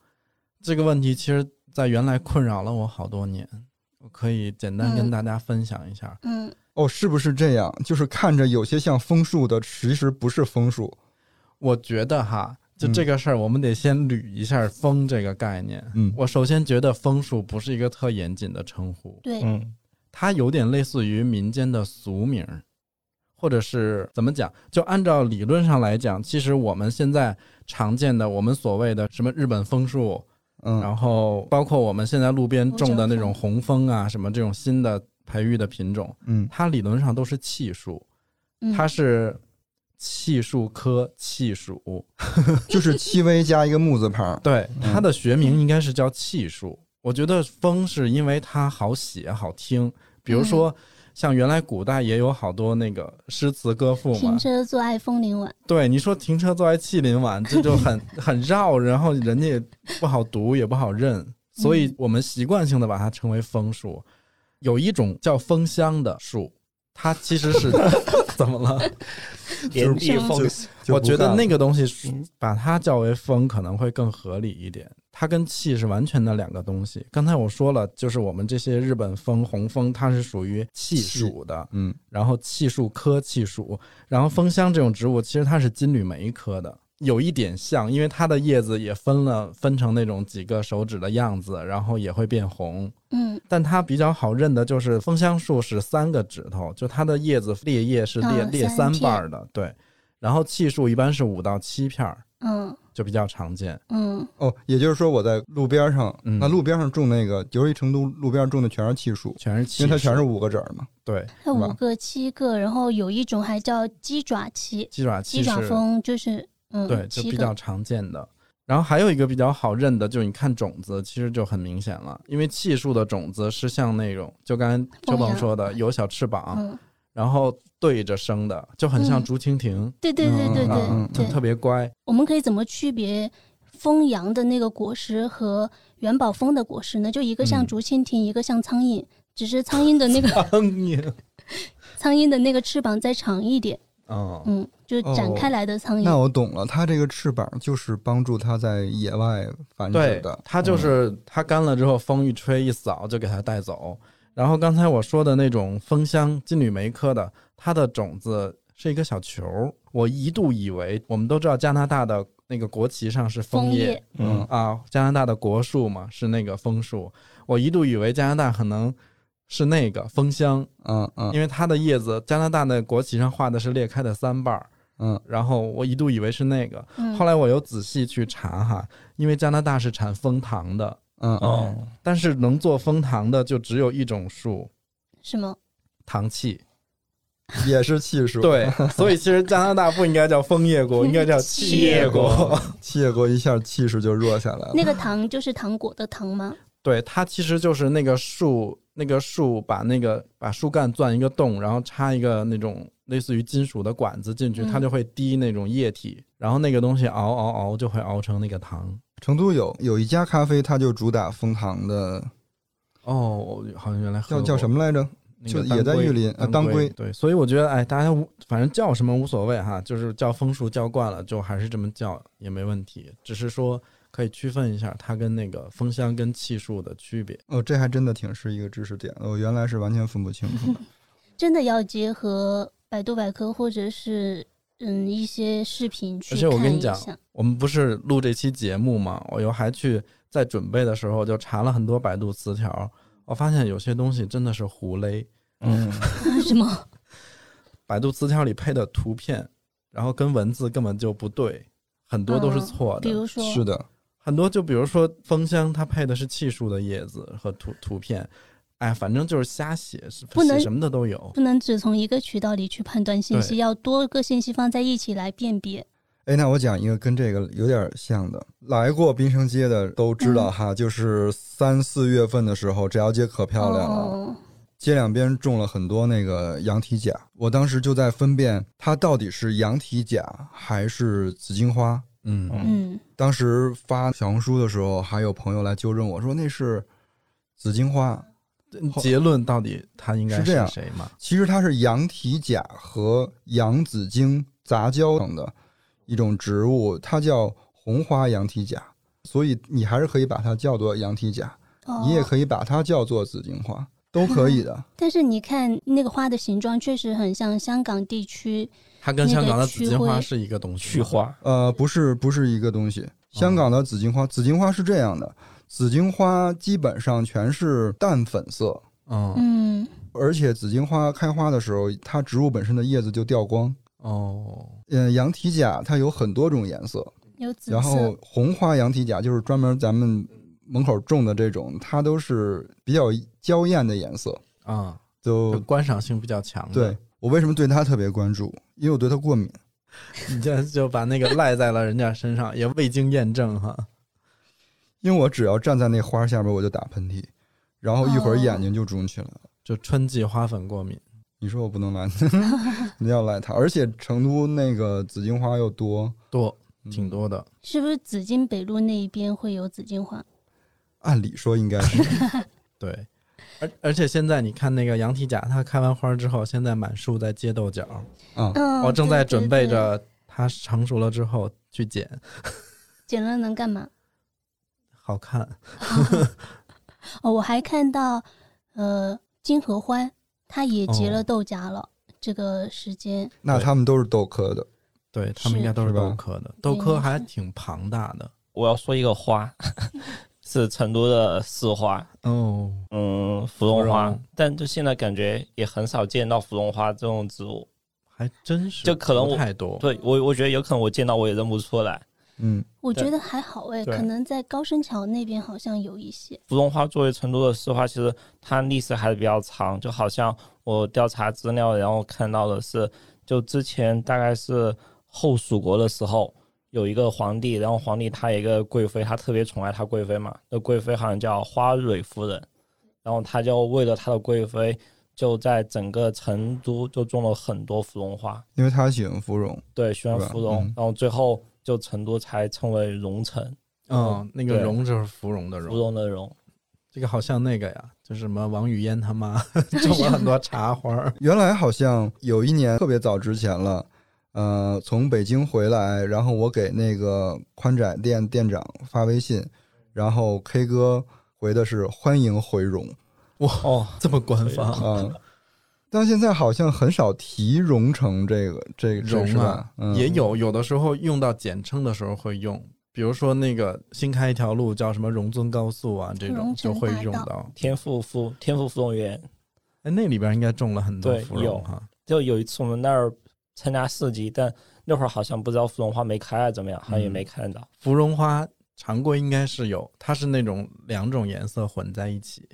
S4: 这个问题，其实在原来困扰了我好多年。我可以简单跟
S1: 嗯
S4: 大家分享一下，
S1: 嗯
S2: 哦，是不是这样？就是看着有些像枫树的，其实不是枫树。
S4: 我觉得哈，就这个事儿，我们得先捋一下“风”这个概念。
S2: 嗯
S4: 我首先觉得“风术”不是一个特严谨的称呼，
S1: 对，
S3: 嗯
S4: 它有点类似于民间的俗名儿，或者是怎么讲？就按照理论上来讲，其实我们现在常见的，我们所谓的什么日本风术，
S2: 嗯
S4: 然后包括我们现在路边种的那种
S1: 红
S4: 红枫啊，什么这种新的培育的品种，
S2: 嗯
S4: 它理论上都是气术，
S1: 嗯
S4: 它是气术科气属。
S2: 就是戚薇加一个木字旁。
S4: 对，
S2: 嗯
S4: 它的学名应该是叫气术。我觉得风是因为它好写好听，比如说、像原来古代也有好多那个诗词歌赋嘛
S1: 停，车坐爱枫林晚。
S4: 对，你说停车坐在气林晚，这就 很很绕，然后人家也不好读也不好认，所
S2: 嗯
S4: 以我们习惯性的把它称为风术。有一种叫风箱的树，它其实 是怎么了？
S3: 连
S1: 是
S3: 地
S1: 吗
S3: 风
S2: 就
S4: 我
S2: 不
S4: 觉得
S2: 看
S4: 那
S2: 了嗯
S4: 个东西把它叫为风可能会更合理一点。它跟气是完全的两个东西。刚才我说了，就是我们这些日本风、红风，它是属于气属的，
S2: 嗯
S4: 然后气属科气属，然后枫香这种植物其实它是金缕梅科的，有一点像，因为它的叶子也分了分成那种几个手指的样子，然后也会变红。
S1: 嗯
S4: 但它比较好认的就是枫香树是三个指头，就它的叶子裂叶是裂、
S1: 啊
S4: 裂
S1: 三
S4: 三
S1: 片
S4: 瓣儿的，对。然后气树一般是五到七片儿，
S1: 嗯
S4: 就比较常见。
S1: 嗯
S2: 哦，也就是说我在路边上，
S4: 嗯
S2: 那路边上种那个，由于成都路边上种的全是气树，
S4: 全是气
S2: 因
S4: 树，
S2: 为它全是五个褶儿嘛。
S4: 对
S1: 它
S2: 是
S1: 五
S2: 吧
S1: 个、七个，然后有一种还叫鸡爪旗，
S4: 鸡爪
S1: 鸡
S4: 气
S1: 爪
S4: 是，
S1: 风就是嗯，
S4: 对，就
S1: 七个
S4: 比较常见的。然后还有一个比较好认的，就你看种子，其实就很明显了，因为气树的种子是像那种，就刚才周
S1: 凤
S4: 鹏
S1: 阳
S4: 说的，有小翅膀，
S1: 嗯，
S4: 然后对着生的，就很像
S1: 嗯
S4: 竹蜻蜓，
S1: 对对对对
S2: 嗯嗯嗯
S1: 对对
S4: 特，别乖。
S1: 我们可以怎么区别枫杨的那个果实和元宝枫的果实呢？就一个像
S4: 嗯
S1: 竹蜻蜓，一个像苍蝇，只是苍蝇的那 个
S4: 嗯，
S1: 苍蝇的那个翅膀再长一点，
S4: 嗯，
S1: 嗯，就是展开来的苍
S2: 那
S1: 蝇。
S2: 我懂了，它这个翅膀就是帮助它在野外繁殖
S4: 对
S2: 的，。
S4: 它就
S2: 嗯
S4: 是它干了之后，风一吹一扫就给它带走。然后刚才我说的那种枫香金缕梅科的，它的种子是一个小球儿。我一度以为，我们都知道加拿大的那个国旗上是枫
S1: 枫
S4: 叶，
S1: 叶，
S3: 嗯
S2: 嗯
S4: 啊，加拿大的国树嘛，是那个枫树。我一度以为加拿大可能是那个枫香，
S2: 嗯嗯
S4: 因为它的叶子，加拿大的国旗上画的是裂开的三瓣儿，
S2: 嗯，
S4: 然后我一度以为是那个。
S1: 嗯
S4: 后来我又仔细去查哈，因为加拿大是产枫糖的，
S2: 嗯
S3: 哦，
S4: 但是能做枫糖的就只有一种树。
S1: 什么？
S4: 糖气，
S2: 也是气树。，
S4: 对，所以其实加拿大不应该叫枫叶国，应该叫
S1: 气叶
S4: 叶国。
S2: 气叶国一下气势就弱下来了。
S1: 那个糖就是糖果的糖吗？
S4: 对，它其实就是那个树，那个树把那个把树干钻一个洞，然后插一个那种类似于金属的管子进去，它
S1: 嗯
S4: 就会滴那种液体，然后那个东西熬熬熬就会熬成那个糖。
S2: 成都有有一家咖啡，它就主打枫糖的，
S4: 哦，我好像原来喝
S2: 叫叫什
S4: 么？
S2: 么来着？
S4: 那个
S2: 就也在
S4: 当归
S2: 玉林呃当
S4: 当
S2: 归
S4: 对，所以我觉得，哎，大家无反正叫什么无所谓哈，就是叫枫树叫惯了，就还是这么叫也没问题。只是说可以区分一下它跟那个枫香跟气树的区别。
S2: 哦，这还真的挺是一个知识点，我原来是完全分不清楚的。
S1: 真的要结合百度百科或者是嗯一些视频去
S4: 而且我
S1: 看
S4: 跟
S1: 一
S4: 你讲
S1: 下。，
S4: 我们不是录这期节目嘛，我又还去在准备的时候就查了很多百度词条，我发现有些东西真的是胡勒。
S3: 嗯，
S1: 什么？
S4: 百度词条里配的图片，然后跟文字根本就不对，很多都是
S1: 嗯
S4: 错的。
S1: 比如说，
S2: 是的，
S4: 很多就比如说枫香，它配的是气树的叶子和图图片，哎，反正就是瞎写，
S1: 不能
S4: 写什么的都有。
S1: 不能只从一个渠道里去判断信息，
S4: 对
S1: 要多个信息放在一起来辨别。
S2: 哎，那我讲一个跟这个有点像的，来过滨城街的都知
S1: 嗯
S2: 道哈，就是三四月份的时候，这条街可漂亮了，
S4: 啊
S1: 哦，
S2: 街两边种了很多那个羊蹄甲，我当时就在分辨它到底是羊蹄甲还是紫荆花。
S4: 嗯
S3: 嗯
S1: 嗯，
S2: 当时发小红书的时候，还有朋友来纠正我说那是紫荆花，
S1: 嗯
S2: 后
S4: 结论到底他应该
S2: 是这样
S4: 谁嘛？
S2: 其实它是羊蹄甲和羊子荆杂交等的一种植物，它叫红花羊蹄甲，所以你还是可以把它叫做羊蹄甲，
S1: 哦
S2: 你也可以把它叫做紫荆花，都可以的。
S1: 但是你看那个花的形状，确实很像香港地区，
S4: 它跟香港的紫
S1: 那个
S4: 荆
S1: 区
S4: 花
S1: 徽
S4: 是一个东西
S3: 去
S4: 吗，
S3: 化，
S2: 呃，不是，不是一个东西。香港的紫荆花，紫荆花是这样的，紫荆花基本上全是淡粉色，
S4: 嗯
S1: 嗯，
S2: 而且紫荆花开花的时候，它植物本身的叶子就掉光。
S4: 哦，
S2: 嗯，羊蹄甲它有很多种颜色，
S1: 有紫
S2: 然
S1: 色
S2: 后，红花羊蹄甲就是专门咱们门口种的这种，它都是比较娇艳的颜色。
S4: 啊，就
S2: 就
S4: 观赏性比较强的。
S2: 对我为什么对它特别关注？因为我对它过敏。
S4: 你这就把那个赖在了人家身上，也未经验证哈。
S2: 因为我只要站在那花下边，我就打喷嚏，然后一会儿眼睛就肿起来了。
S4: 就春季花粉过敏，
S2: 你说我不能来，你要来它，而 且成都那个紫荆花又多，
S4: 多
S2: 嗯
S4: 挺。多的。
S1: 是不是紫荆北路那一边会有紫荆花？
S2: 按理说应该是
S4: 对，而而且现在你看那个羊蹄甲，它开完花之后，现在满树在结豆角，哦
S2: 啊，
S1: 嗯，
S4: 我正在
S1: 对对
S4: 准备
S1: 对
S4: 着它成熟了之后去剪，
S1: 剪了能干嘛？
S4: 好看。
S1: 哦，我还看到，呃，金合欢它也结了豆荚了，这个时间
S2: 那他们都是豆科的。
S4: 对他们应该都
S2: 是
S4: 是
S2: 吧
S4: 豆科的，豆科还挺庞大的
S3: 我要说一个花， 是成都的市花，
S4: 哦。
S3: 嗯，芙蓉
S4: 芙
S3: 花
S4: 蓉，
S3: 但就现在感觉也很少见到芙蓉花这种植物。
S4: 还真是，
S3: 就可能我
S4: 太多。，
S3: 对我，我觉得有可能我见到我也认不出来。
S2: 嗯，
S1: 我
S3: 对
S1: 觉得还好哎，
S3: 对
S1: 可能在高升桥那边好像有一些，
S3: 芙蓉花作为成都的市花，其实它历史还是比较长。就好像我调查资料，然后看到的是，就之前大概是后蜀国的时候，有一个皇帝，然后皇帝他有一个贵妃，他特别宠爱他贵妃嘛，那贵妃好像叫花蕊夫人，然后他就为了他的贵妃，就在整个成都就种了很多芙蓉花，
S2: 因为他喜欢芙蓉，
S3: 对，喜欢
S2: 对吧
S3: 芙蓉
S2: 嗯，
S3: 然后最后就成都才称为蓉城，
S4: 嗯，那个
S3: 对
S4: 蓉就是芙蓉的
S3: 芙
S4: 蓉，
S3: 蓉的蓉。
S4: 这个好像那个呀，就是什么王语嫣他 妈
S3: 哎
S4: 种了很多茶花儿。
S2: 原来好像有一年特别早之前了，呃，从北京回来，然后我给那个宽窄店店长发微信，然后 K 哥回的是欢迎回蓉
S3: 哦，
S4: 这么官方，
S2: 啊、但现在好像很少提蓉城这个这个
S4: 蓉啊
S2: 这是吧？嗯、
S4: 也有有的时候用到简称的时候会用，比如说那个新开一条路叫什么蓉遵高速啊，这种
S1: 蓉
S4: 就
S1: 城
S4: 会
S1: 大
S4: 用
S1: 道
S4: 到。
S3: 天赋芙天赋芙蓉园，
S4: 哎，那里边应该种了很多
S3: 对
S4: 芙蓉
S3: 有
S4: 哈。
S3: 就有一次我们那儿参加市集，但那会儿好像不知道芙蓉花没开啊怎么样，好像也没看到。
S4: 芙蓉花常规应该是有，它是那种两种颜色混在一起，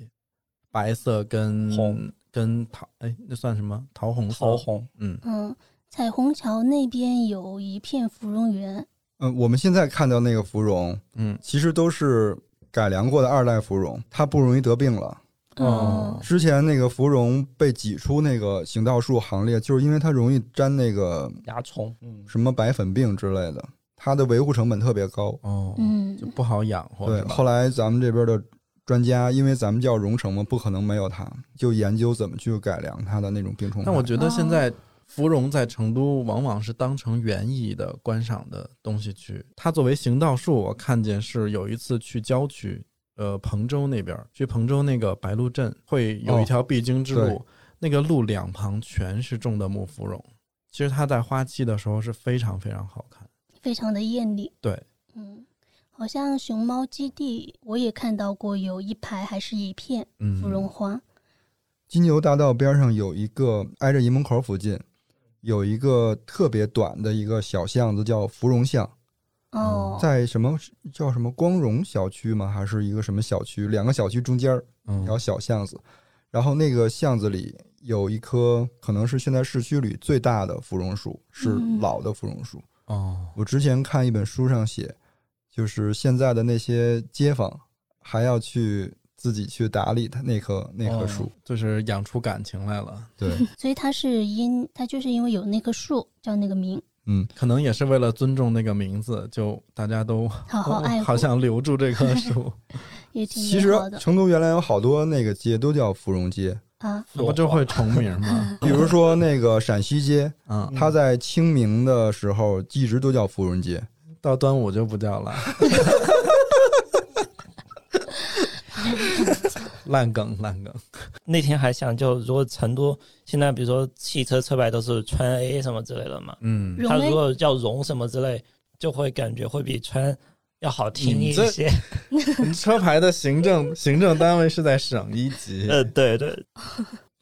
S4: 白色跟
S3: 红
S4: 跟桃，哎，那算什么？桃红色。
S3: 桃。红，
S4: 嗯，
S1: 嗯，彩虹桥那边有一片芙蓉园，
S2: 嗯，我们现在看到那个芙蓉，
S4: 嗯，
S2: 其实都是改良过的二代芙蓉，它不容易得病了。
S4: 哦
S1: 嗯，
S2: 之前那个芙蓉被挤出那个行道树行列，就是因为它容易沾那个
S3: 蚜虫，嗯，
S2: 什么白粉病之类的，它的维护成本特别高。
S4: 哦，
S1: 嗯
S4: 就不好养活。
S2: 对
S4: 哦是，吧
S2: 后来咱们这边的专家，因为咱们叫蓉城嘛，不可能没有它，就研究怎么去改良它的那种病虫害。
S4: 但我觉得现在芙蓉在成都往往是当成园艺的观赏的东西去。它作为行道树，我看见是有一次去郊区，呃，彭州那边儿，去彭州那个白鹿镇，会有
S2: 哦
S4: 一条必经之路，
S2: 对
S4: 那个路两旁全是种的木芙蓉。其实它在花期的时候是非常非常好看。
S1: 非常的艳丽。
S4: 对，
S1: 嗯，好像熊猫基地我也看到过有一排还是一片
S4: 嗯，
S1: 芙蓉花，哦
S2: 金牛大道边上有一个挨着营门口附近，有一个特别短的一个小巷子叫芙蓉巷，
S1: 哦，
S2: 在什么叫什么光荣小区吗？还是一个什么小区？两个小区中间儿
S4: 嗯
S2: 然后小巷子，然后那个巷子里有一棵可能是现在市区里最大的芙蓉树，是
S1: 嗯
S2: 老的芙蓉树。
S4: 哦，
S2: 我之前看一本书上写，就是现在的那些街坊还要去自己去打理它那棵那棵树。
S4: 哦就是养出感情来了，
S2: 对，
S1: 所以它是因它就是因为有那棵树叫那个名，
S2: 嗯，
S4: 可能也是为了尊重那个名字，就大家都
S1: 好好爱护，
S4: 哦 好想留住这棵树，
S1: 也挺
S2: 其
S1: 美
S2: 实
S1: 好的
S2: 成都原来有好多那个街都叫芙蓉街，
S1: 啊。
S4: 那不就会重 名吗？
S2: 比如说那个陕西街，
S4: 嗯，
S2: 它在清明的时候一直都叫芙蓉街。
S4: 到端午就不 叫了。烂梗，烂梗。
S3: 那天还想，就如果成都现在比如说汽车车牌都是川 A 什么之类的嘛，
S4: 嗯，
S1: 荣哎
S3: 它
S1: 威
S3: 如果叫荣什么之类，就会感觉会比川要好听一
S4: 你这
S3: 些。
S4: 车牌的行政行政单位是在省一级。
S3: 呃，对对，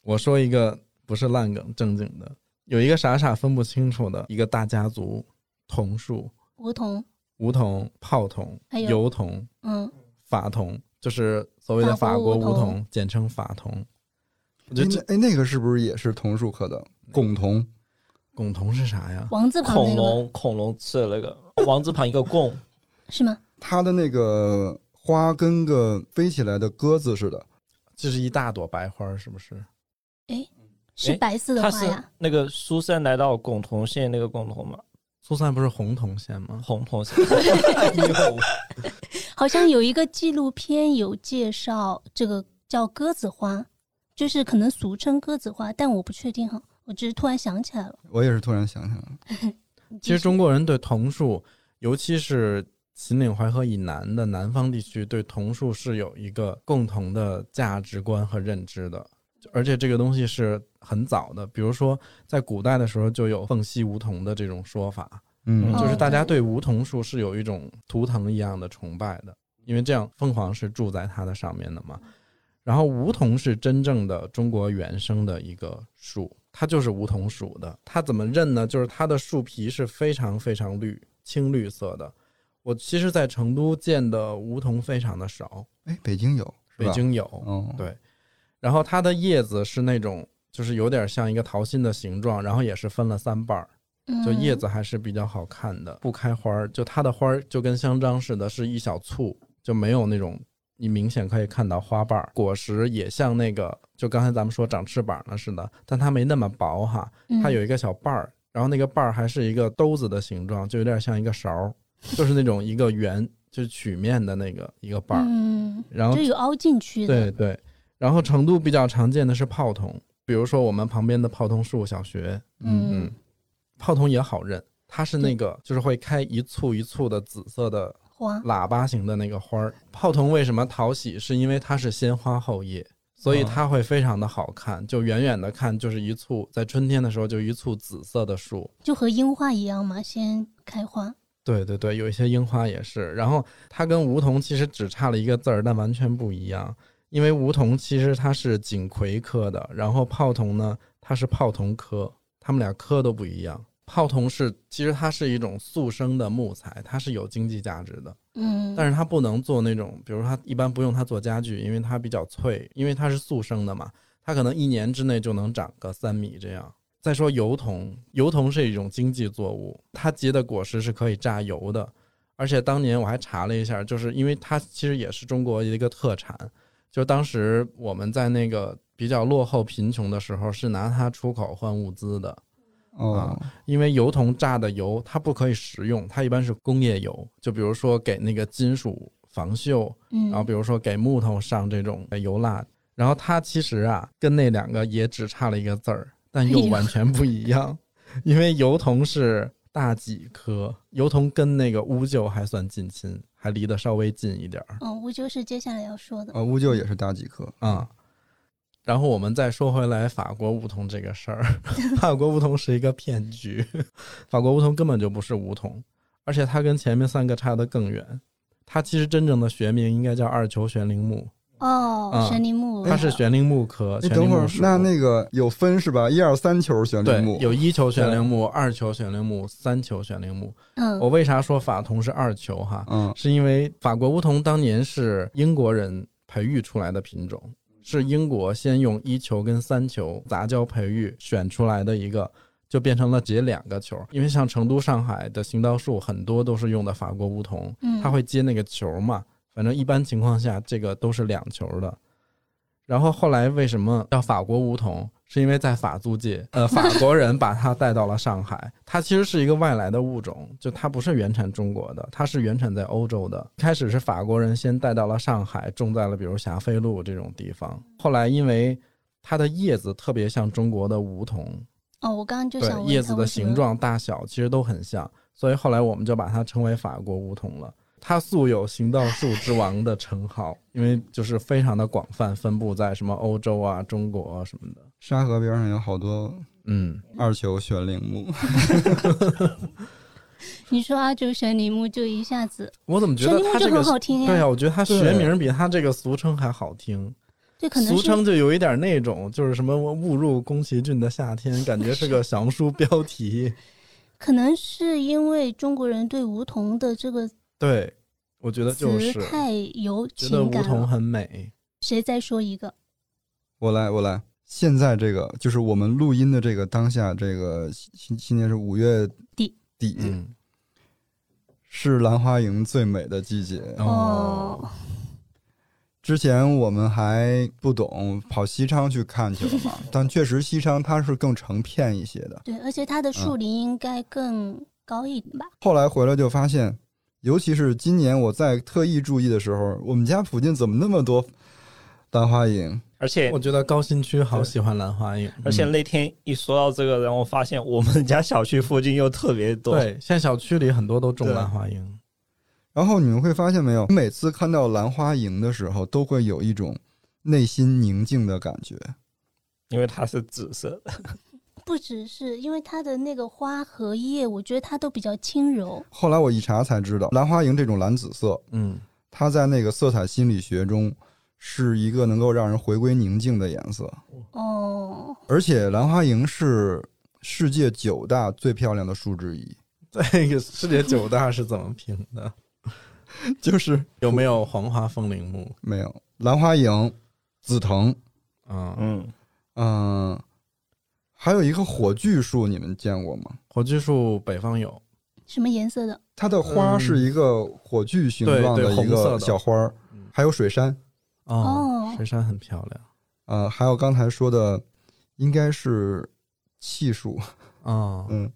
S4: 我说一个不是烂梗，正经的，有一个傻傻分不清楚的一个大家族，桐树、
S1: 梧桐，
S4: 梧桐、泡桐、
S1: 还有
S4: 油桐、
S1: 嗯，
S4: 法桐，就是所谓的
S1: 法
S4: 法
S1: 国
S4: 国
S1: 梧桐
S4: 梧桐，简称法桐。我觉
S2: 哎
S4: 得这嗯
S2: 那哎，那个是不是也是桐树科的拱桐？
S4: 拱桐是啥呀？
S1: 王字旁
S3: 恐
S1: 那个吗
S3: 龙恐龙吃的那个王字旁一个 共，
S1: 是吗？
S2: 它的那个花跟个飞起来的鸽子似的。
S4: 这是一大朵白花儿，是不是？
S1: 是
S3: 哎
S1: 白色的
S3: 它
S1: 花
S3: 是
S1: 呀，
S3: 那个苏珊来到拱桐县那个拱桐嘛，
S4: 苏三不是红桐县吗？
S3: 红桐县。
S1: 好像有一个纪录片有介绍这个叫鸽子花，就是可能俗称鸽子花，但我不确定哈，我只是突然想起来了。
S2: 我也是突然想起来了，
S1: 你继
S4: 其实
S1: 续
S4: 中国人对桐树，尤其是秦岭淮河以南的南方地区，对桐树是有一个共同的价值观和认知的。而且这个东西是很早的，比如说在古代的时候就有“凤兮梧桐”的这种说法，
S2: 嗯，
S3: 哦
S4: 就是大家对梧桐树是有一种图腾一样的崇拜的，因为这样凤凰是住在它的上面的嘛。然后梧桐是真正的中国原生的一个树，它就是梧桐属的。它怎么认呢？就是它的树皮是非常非常绿，青绿色的。我其实，在成都见的梧桐非常的少，
S2: 哎，北京有，是
S4: 北
S2: 吧，
S4: 京有，
S2: 哦，
S4: 对然后它的叶子是那种，就是有点像一个桃心的形状，然后也是分了三瓣儿。
S1: 嗯
S4: 就叶子还是比较好看的，不开花儿，就它的花儿就跟香樟似的，是一小簇，就没有那种你明显可以看到花瓣儿。果实也像那个，就刚才咱们说长翅膀了似的，但它没那么薄哈，
S1: 嗯
S4: 它有一个小瓣儿，然后那个瓣儿还是一个兜子的形状，就有点像一个勺儿，就是那种一个圆，就是曲面的那个一个瓣儿。
S1: 嗯，
S4: 然后
S1: 就有凹进去的，嗯
S4: 对对，然后成都比较常见的是泡桐，比如说我们旁边的泡桐树小学，
S1: 嗯
S4: 嗯，泡桐也好认，它是那个就是会开一簇一簇的紫色的
S1: 花
S4: 喇叭形的那个花儿。泡桐为什么讨喜？是因为它是先花后叶，所
S1: 哦
S4: 以它会非常的好看，就远远的看就是一簇，在春天的时候就一簇紫色的树。
S1: 就和樱花一样嘛，先开花。
S4: 对对对，有一些樱花也是。然后它跟梧桐其实只差了一个字儿，但完全不一样。因为梧桐其实它是锦葵科的，然后泡桐呢，它是泡桐科，它们俩科都不一样。泡桐是其实它是一种速生的木材，它是有经济价值的，
S1: 嗯，
S4: 但是它不能做那种，比如说它一般不用它做家具，因为它比较脆，因为它是速生的嘛，它可能一年之内就能长个三米这样。再说油桐，油桐是一种经济作物，它结的果实是可以榨油的，而且当年我还查了一下，就是因为它其实也是中国一个特产，就当时我们在那个比较落后贫穷的时候，是拿它出口换物资的，
S2: 哦，
S4: 因为油桐榨的油它不可以食用，它一般是工业油，就比如说给那个金属防锈，
S1: 嗯，
S4: 然后比如说给木头上这种呃油蜡，然后它其实啊跟那两个也只差了一个字儿，但又完全不一样，因为油桐是大戟科，油桐跟那个乌桕还算近亲，还离得稍微近一点儿
S1: 嗯，我就是接下来要说的。
S2: 呃，
S4: 哦
S2: 乌桕也是大戟科，
S4: 啊。然后我们再说回来法国梧桐这个事儿， 法国梧桐是一个骗局， 法国梧桐根本就不是梧桐，而且它跟前面三个差得更远。它其实真正的学名应该叫二球旋铃木，
S1: 哦，
S4: 嗯
S1: 神铃木，
S4: 它是
S1: 选
S4: 悬铃木科。
S2: 哎，
S4: 悬
S2: 等
S4: 铃
S2: 会儿
S4: 木，属
S2: 那那个有分是吧？一二三球旋铃
S4: 对
S2: 木，
S4: 有一球悬铃木、二球悬铃木、三球悬铃木。
S1: 嗯
S4: 我为啥说法桐是二球哈？
S2: 嗯
S4: 是因为法国梧桐当年是英国人培育出来的品种，是英国先用一球跟三球杂交培育选出来的一个，就变成了直接两个球。因为像成都、上海的行道树很多都是用的法国梧桐，
S1: 嗯
S4: 它会接那个球嘛，反正一般情况下这个都是两球的。然后后来为什么叫法国梧桐？是因为在法租界，呃，法国人把它带到了上海。它其实是一个外来的物种，就它不是原产中国的，它是原产在欧洲的。开始是法国人先带到了上海，种在了比如霞飞路这种地方。后来因为它的叶子特别像中国的梧桐，
S1: 哦，我刚刚就想
S4: 对
S1: 问
S4: 叶
S1: 一
S4: 子
S1: 下
S4: 的
S1: 为什
S4: 形
S1: 么
S4: 状、大小其实都很像，所以后来我们就把它称为法国梧桐了。它素有“行道树之王”的称号，因为就是非常的广泛分布在什么欧洲啊、中国啊什么的。
S2: 沙河边上有好多
S4: 嗯，
S2: 二球悬铃木，
S1: 你说阿九选铃木就一下子，
S4: 我怎么觉
S1: 选
S4: 得
S1: 铃木
S4: 它
S1: 就
S4: 这
S1: 很
S4: 个
S1: 好听
S4: 对
S1: 呀，
S4: 啊，我觉得它学名比它这个俗称还好听，
S1: 对，可能
S4: 俗
S1: 是
S4: 称就有一点那种，就是什么误入宫崎骏的夏天，感觉是个小红书标题。
S1: 可能是因为中国人对梧桐的这个
S4: 对，我觉得就
S1: 词
S4: 是
S1: 太有
S4: 觉得
S1: 情
S4: 梧
S1: 感
S4: 桐
S1: 了。
S4: 很美。
S1: 谁再说一个？
S2: 我来，我来。现在这个就是我们录音的这个当下，这个今今年是五月
S1: 底
S2: 底，
S4: 嗯，
S2: 是兰花楹最美的季节。
S1: 哦，
S2: 之前我们还不懂，跑西昌去看去了嘛，但确实西昌它是更成片一些的。
S1: 对，而且它
S4: 嗯
S1: 的树龄应该更高一点吧？
S2: 后来回来就发现，尤其是今年我在特意注意的时候，我们家附近怎么那么多兰花楹？
S3: 而且
S4: 我觉得高新区好喜欢兰花楹，
S3: 而
S2: 嗯
S3: 且那天一说到这个，然后发现我们家小区附近又特别多。
S4: 对，现在小区里很多都种
S2: 对
S4: 兰花楹。
S2: 然后你们会发现没有，每次看到兰花楹的时候，都会有一种内心宁静的感觉。
S3: 因为它是紫色的，
S1: 不只是因为它的那个花和叶，我觉得它都比较轻柔。
S2: 后来我一查才知道，兰花楹这种蓝紫色，
S4: 嗯，
S2: 它在那个色彩心理学中是一个能够让人回归宁静的颜色，
S1: 哦，
S2: 而且兰花楹是世界九大最漂亮的树之一。
S4: 这个哎世界九大是怎么评 的？
S2: 就是
S4: 有没有黄花风铃木？
S2: 没有兰花楹、紫藤，
S4: 嗯，
S3: 嗯，
S2: 嗯、还有一个火炬树，你们见过吗？
S4: 火炬树北方有，
S1: 什么颜色的？
S2: 它的花
S4: 嗯
S2: 是一个火炬形状
S4: 对对
S2: 一
S4: 红色
S2: 个
S4: 的
S2: 小花儿
S4: 嗯，
S2: 还有水杉，
S4: 哦
S1: 哦，
S4: 水杉很漂亮
S2: 呃，还有刚才说的应该是气树，
S4: 哦，
S2: 嗯，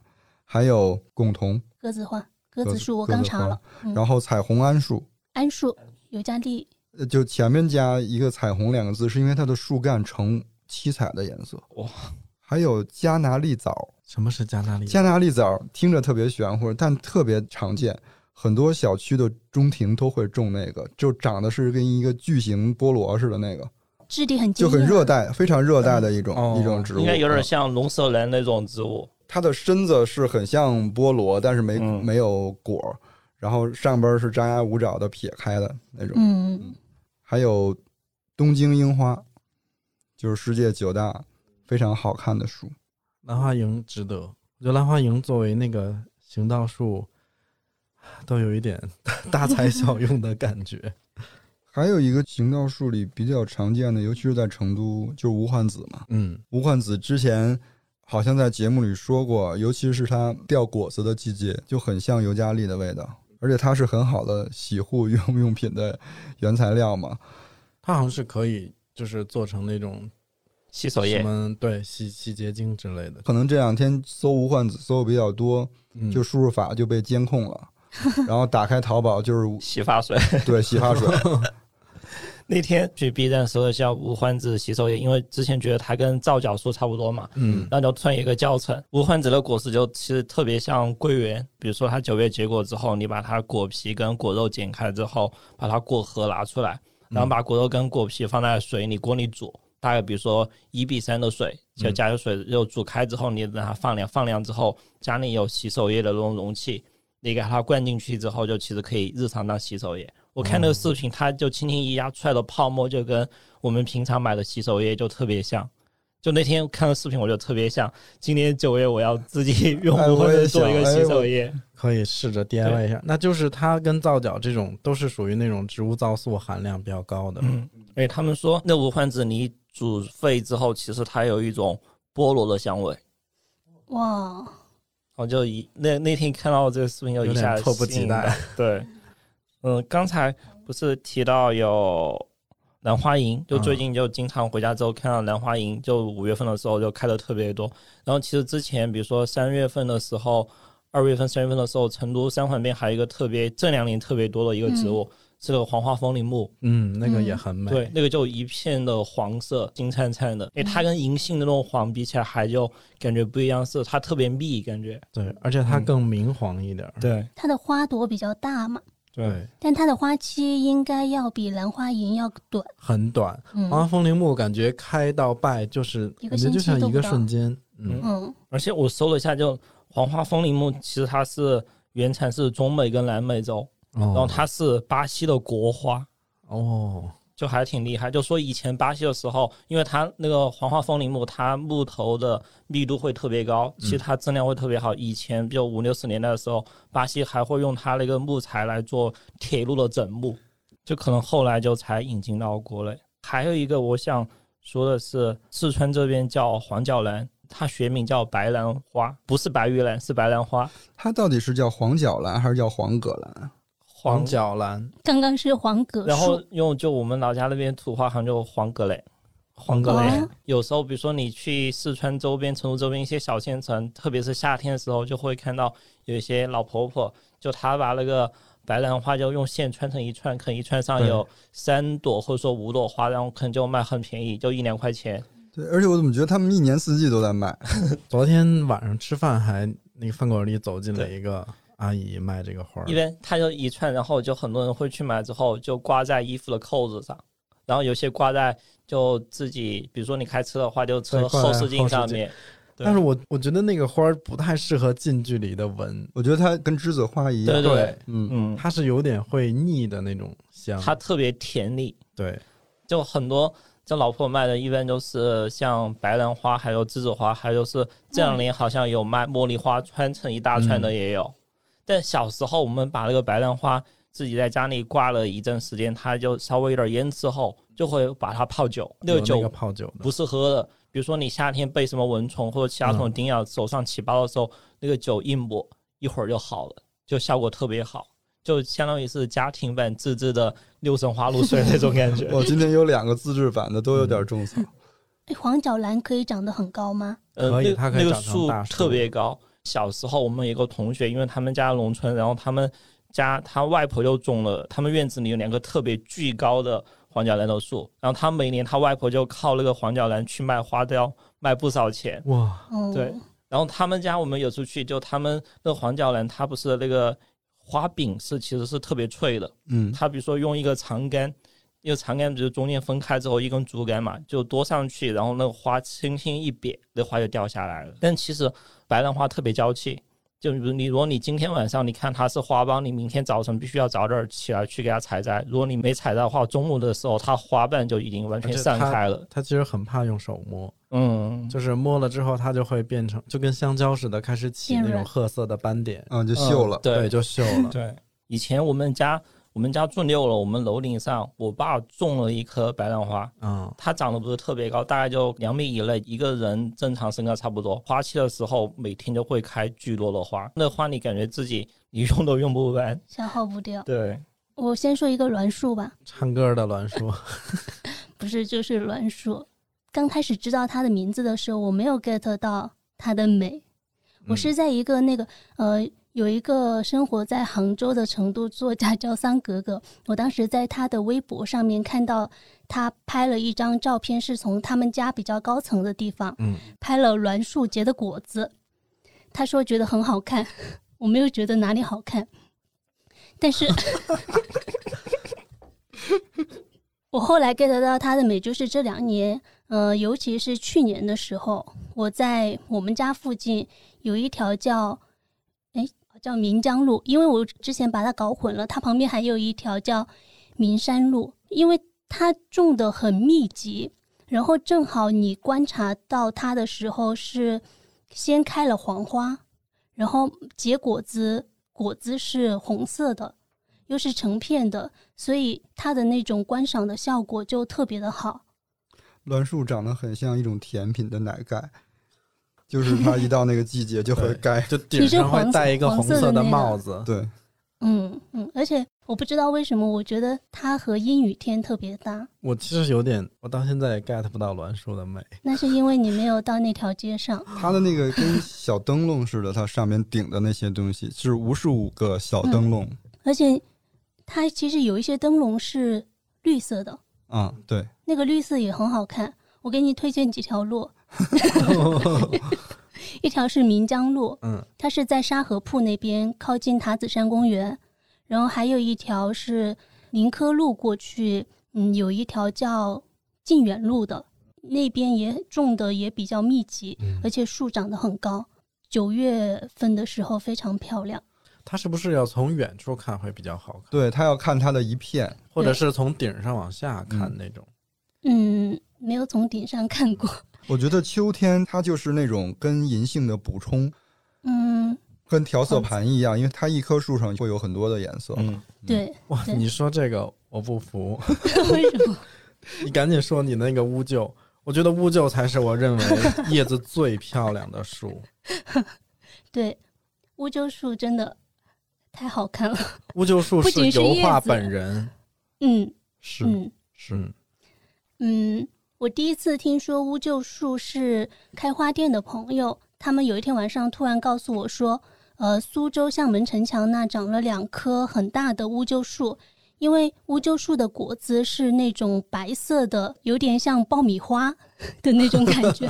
S2: 还有拱桐，
S1: 鸽子花、鸽
S2: 鸽
S1: 子
S2: 子
S1: 树，我
S2: 鸽
S1: 刚
S2: 子
S1: 查
S2: 花
S1: 了。嗯
S2: 然后彩虹桉树，
S1: 桉树、尤加利，
S2: 呃就前面加一个“彩虹”两个字，是因为它的树干呈七彩的颜色。
S3: 哇！
S2: 还有加拿利枣，
S4: 什么是加纳利？
S2: 加拿利枣听着特别玄乎，但特别常见，很多小区的中庭都会种那个，就长得是跟一个巨型菠萝似的那个，
S1: 质地很
S2: 就
S1: 坚
S2: 很
S1: 硬啊
S2: 热带，非常热带的一种、
S4: 哦
S2: 一种植物。
S3: 应该有点
S2: 嗯
S3: 像龙舌兰那种植物。
S2: 它的身子是很像菠萝，但是没、
S3: 嗯
S2: 没有果儿，然后上边是张牙舞爪的撇开的那种。
S1: 嗯，
S2: 还有东京樱花，就是世界九大非常好看的树。
S4: 兰花楹值得，我觉得兰花楹作为那个行道树，都有一点 大材小用的感觉。
S2: 还有一个行道树里比较常见的，尤其是在成都，就是无患子嘛。
S4: 嗯，
S2: 无患子之前好像在节目里说过，尤其是它掉果子的季节，就很像尤加利的味道，而且它是很好的洗护用 用品的原材料嘛。
S4: 它好像是可以，就是做成那种
S3: 洗手
S4: 什
S3: 液，
S4: 么对洗洗洁精之类的。
S2: 可能这两天搜无患子搜的比较多，
S4: 嗯
S2: 就输入法就被监控了，然后打开淘宝就是
S3: 洗发水。
S2: 对洗发水，
S3: 那天去 B 站搜了一下无患子洗手液，因为之前觉得它跟皂角树差不多嘛，
S4: 嗯
S3: 那就算一个教程。无患子的果实就其实特别像桂圆，比如说它九月结果之后，你把它果皮跟果肉剪开之后，把它果核拿出来，
S2: 嗯
S3: 然后把果肉跟果皮放在水里锅里煮，大概比如说一比三的水，
S2: 嗯
S3: 就加入水又煮开之后，你让它放凉，放凉之后家里有洗手液的那种容器，你给它灌进去之后，就其实可以日常当洗手液。我看
S2: 哦
S3: 那个视频，它就轻轻一压出来的泡沫就跟我们平常买的洗手液就特别像，就那天看了视频，我就特别想，今年九月我要自己 用
S2: 哎
S3: 无
S2: 我
S3: 痕
S2: 也
S3: 的做一个
S2: 想哎
S3: 洗
S2: 我
S3: 手液。
S4: 可以试着 DIY 一下。那就是它跟皂角这种都是属于那种植物皂素含量比较高的。
S3: 嗯，而且他们说那无患子你煮沸之后，其实它有一种菠萝的香味。
S1: 哇，
S3: 我就一那那天看到这个视频，就一下
S4: 有点迫不及待
S3: 吸引到。对，嗯，刚才不是提到有兰花楹，就最近就经常回家之后看到兰花楹，就五月份的时候就开的特别多。然后其实之前，比如说三月份的时候，二月份、三月份的时候，成都三环边还有一个特别这两年特别多的一个植物，是个黄花风铃木。
S4: 嗯，那个也很美。
S3: 对，，那个就一片的黄色，金灿灿的。诶，它跟银杏的那种黄比起来，还就感觉不一样色，它特别密，感觉。
S4: 对，而且它更明黄一点儿。
S3: 对
S1: 它的花朵比较大嘛，
S3: 对，
S1: 但它的花期应该要比兰花楹要短。
S4: 很短。
S1: 嗯
S4: 黄花风铃木感觉开到败就是
S1: 一个
S4: 感觉就
S1: 星期
S4: 像
S1: 都
S4: 一
S1: 不
S4: 个
S1: 到
S4: 瞬间。嗯，
S1: 嗯
S3: 而且我搜了一下，就黄花风铃木，其实它是原产是中美跟南美洲，然后
S4: 哦
S3: 它是巴西的国花，
S4: 哦，
S3: 就还挺厉害。就说以前巴西的时候，因为它那个黄花风铃木，它木头的密度会特别高，其实它质量会特别好。以前就五六十年代的时候，巴西还会用它那个木材来做铁路的枕木，就可能后来就才引进到国内。还有一个我想说的是，四川这边叫黄角兰。它学名叫白兰花，不是白玉兰，是白兰花。
S2: 它到底是叫黄角兰还是叫黄葛兰？
S4: 黄角兰，
S1: 刚刚是黄葛
S3: 然后
S1: 树，
S3: 用就我们老家那边土话，好像就黄格雷，黄格雷
S1: 哦。
S3: 有时候比如说你去四川周边、成都周边一些小县城，特别是夏天的时候，就会看到有一些老婆婆，就她把那个白兰花就用线穿成一串，可能一串上
S4: 对
S3: 有三朵或者说五朵花，然后可能就卖很便宜，就一两块钱。
S2: 对，而且我怎么觉得他们一年四季都在卖？
S4: 昨天晚上吃饭还那个饭馆里走进了一个阿姨卖这个花儿
S3: 一，般它就一串，然后就很多人会去买，之后就挂在衣服的扣子上，然后有些挂在就自己，比如说你开车的话，就车
S4: 对挂在
S3: 后视镜
S4: 后视
S3: 上
S4: 镜
S3: 面。对
S4: 但是我我觉得那个花儿不太适合近距离的闻，
S2: 我觉得它跟栀子花一样。
S3: 对对，
S2: 嗯，
S3: 嗯，
S4: 它是有点会腻的那种香。
S3: 它特别甜腻，
S4: 对，
S3: 就很多这老婆卖的，一般都是像白兰花，还有栀子花，还有是这两年好像有卖茉莉花，穿成一大串的也有。但小时候我们把那个白兰花自己在家里挂了一阵时间，它就稍微有点腌之后，就会把它泡酒，那
S4: 有
S3: 个
S4: 那个
S3: 酒
S4: 泡酒的
S3: 不是喝的。比如说你夏天被什么蚊虫或者其他
S4: 嗯
S3: 虫叮咬，手上起包的时候，那个酒一抹，一会儿就好了，就效果特别好，就相当于是家庭版自制的六神花露水那种感 觉。
S2: 我今天有两个自制版的，都有点种草。
S1: 哎黄角兰可以长得很高吗？
S3: 呃，
S4: 可以
S3: 那
S4: 它可以
S3: 那个
S4: 长成
S3: 树
S4: 大树
S3: 特别高。小时候我们有个同学，因为他们家农村，然后他们家他外婆就种了，他们院子里有两个特别巨高的黄角兰的树，然后他每年他外婆就靠那个黄角兰去卖花雕，卖不少钱。
S4: 哇，
S1: 嗯，
S3: 对，然后他们家我们有次去，就他们那黄角兰，它不是那个花柄是其实是特别脆的，
S2: 嗯，
S3: 它比如说用一个长杆，一个长杆比如中间分开之后一根竹竿嘛，就多上去，然后那个花轻轻一瘪，那花就掉下来了。但其实白兰花特别娇气，就比如你如果你今天晚上你看它是花苞，你明天早晨必须要早点起来去给它采摘。如果你没采摘的话，中午的时候它花瓣就已经完全
S4: 而且
S3: 散
S4: 它
S3: 开了。
S4: 它其实很怕用手摸，
S3: 嗯，
S4: 就是摸了之后它就会变成就跟香蕉似的，开始起
S1: 变
S4: 那种
S1: 软
S4: 褐色的斑点，
S2: 啊，就锈了。
S3: 嗯对
S4: 对，就锈了。
S3: 对，啊以前我们家我们家种六楼，我们楼顶上我爸种了一棵白兰花，
S4: 嗯，
S3: 它长得不是特别高，大概就两米以内，一个人正常身高差不多。花期的时候，每天就会开巨多的花，那花你感觉自己你用都用不完。
S1: 消耗不掉。
S3: 对，
S1: 我先说一个栾树吧，
S4: 唱歌的栾树，
S1: 不是就是栾树。刚开始知道它的名字的时候，我没有 get 到它的美。
S4: 嗯
S1: 我是在一个那个呃，有一个生活在杭州的成都作家叫桑格格，我当时在他的微博上面看到他拍了一张照片，是从他们家比较高层的地方
S4: 嗯，
S1: 拍了栾树结的果子，他说觉得很好看， 我没有觉得哪里好看，但是，我后来 get 到它的美，就是这两年，呃，尤其是去年的时候，我在我们家附近有一条叫，哎，叫岷江路，因为我之前把它搞混了，它旁边还有一条叫岷山路，因为它种的很密集，然后正好你观察到它的时候是先开了黄花，然后结果子，果子是红色的，又是成片的，所以它的那种观赏的效果就特别的好。
S2: 栾树长得很像一种甜品的奶盖，就是它一到那个季节就 会
S4: 对
S2: 盖。
S4: 就顶上会戴一个红
S1: 其实黄色黄色的
S4: 的
S1: 那个
S4: 帽子，
S2: 对，
S1: 嗯嗯，而且我不知道为什么，我觉得它和阴雨天特别搭，
S4: 我其实有点，我到现在也 get 不到栾树的美。
S1: 那是因为你没有到那条街上。
S2: 它的那个跟小灯笼似的，它上面顶的那些东西是无数个小灯笼
S1: 而且它其实有一些灯笼是绿色的，
S3: 嗯
S2: 啊、对，
S1: 那个绿色也很好看。我给你推荐几条路，一条是岷江路，
S4: 嗯，
S1: 它是在沙河铺那边，靠近塔子山公园。然后还有一条是宁珂路过去，嗯，有一条叫靖远路的，那边也种的也比较密集，而且树长得很高。九月份的时候非常漂亮。
S4: 它是不是要从远处看会比较好看，
S2: 对，它要看它的一片。
S4: 或者是从顶上往下看那种？
S1: 嗯，没有从顶上看过。嗯
S2: 我觉得秋天它就是那种跟银杏的补充，
S1: 嗯，
S2: 跟调色盘一样，因为它一棵树上会有很多的颜色。
S3: 嗯，
S1: 对，
S4: 哇，
S1: 对
S4: 你说这个我不服，
S1: 为什么？
S4: 你赶紧说你那个乌桕，我觉得乌桕才是我认为叶子最漂亮的树。
S1: 对，乌桕树真的太好看了。
S4: 乌桕树
S1: 不仅是
S4: 油画
S1: 叶子
S4: 本人，
S1: 嗯
S4: 是
S1: 嗯
S4: 是，
S1: 嗯，我第一次听说乌桕树是开花店的朋友，他们有一天晚上突然告诉我说，呃，苏州厦门城墙那长了两棵很大的乌桕树。因为乌桕树的果子是那种白色的，有点像爆米花的那种感觉，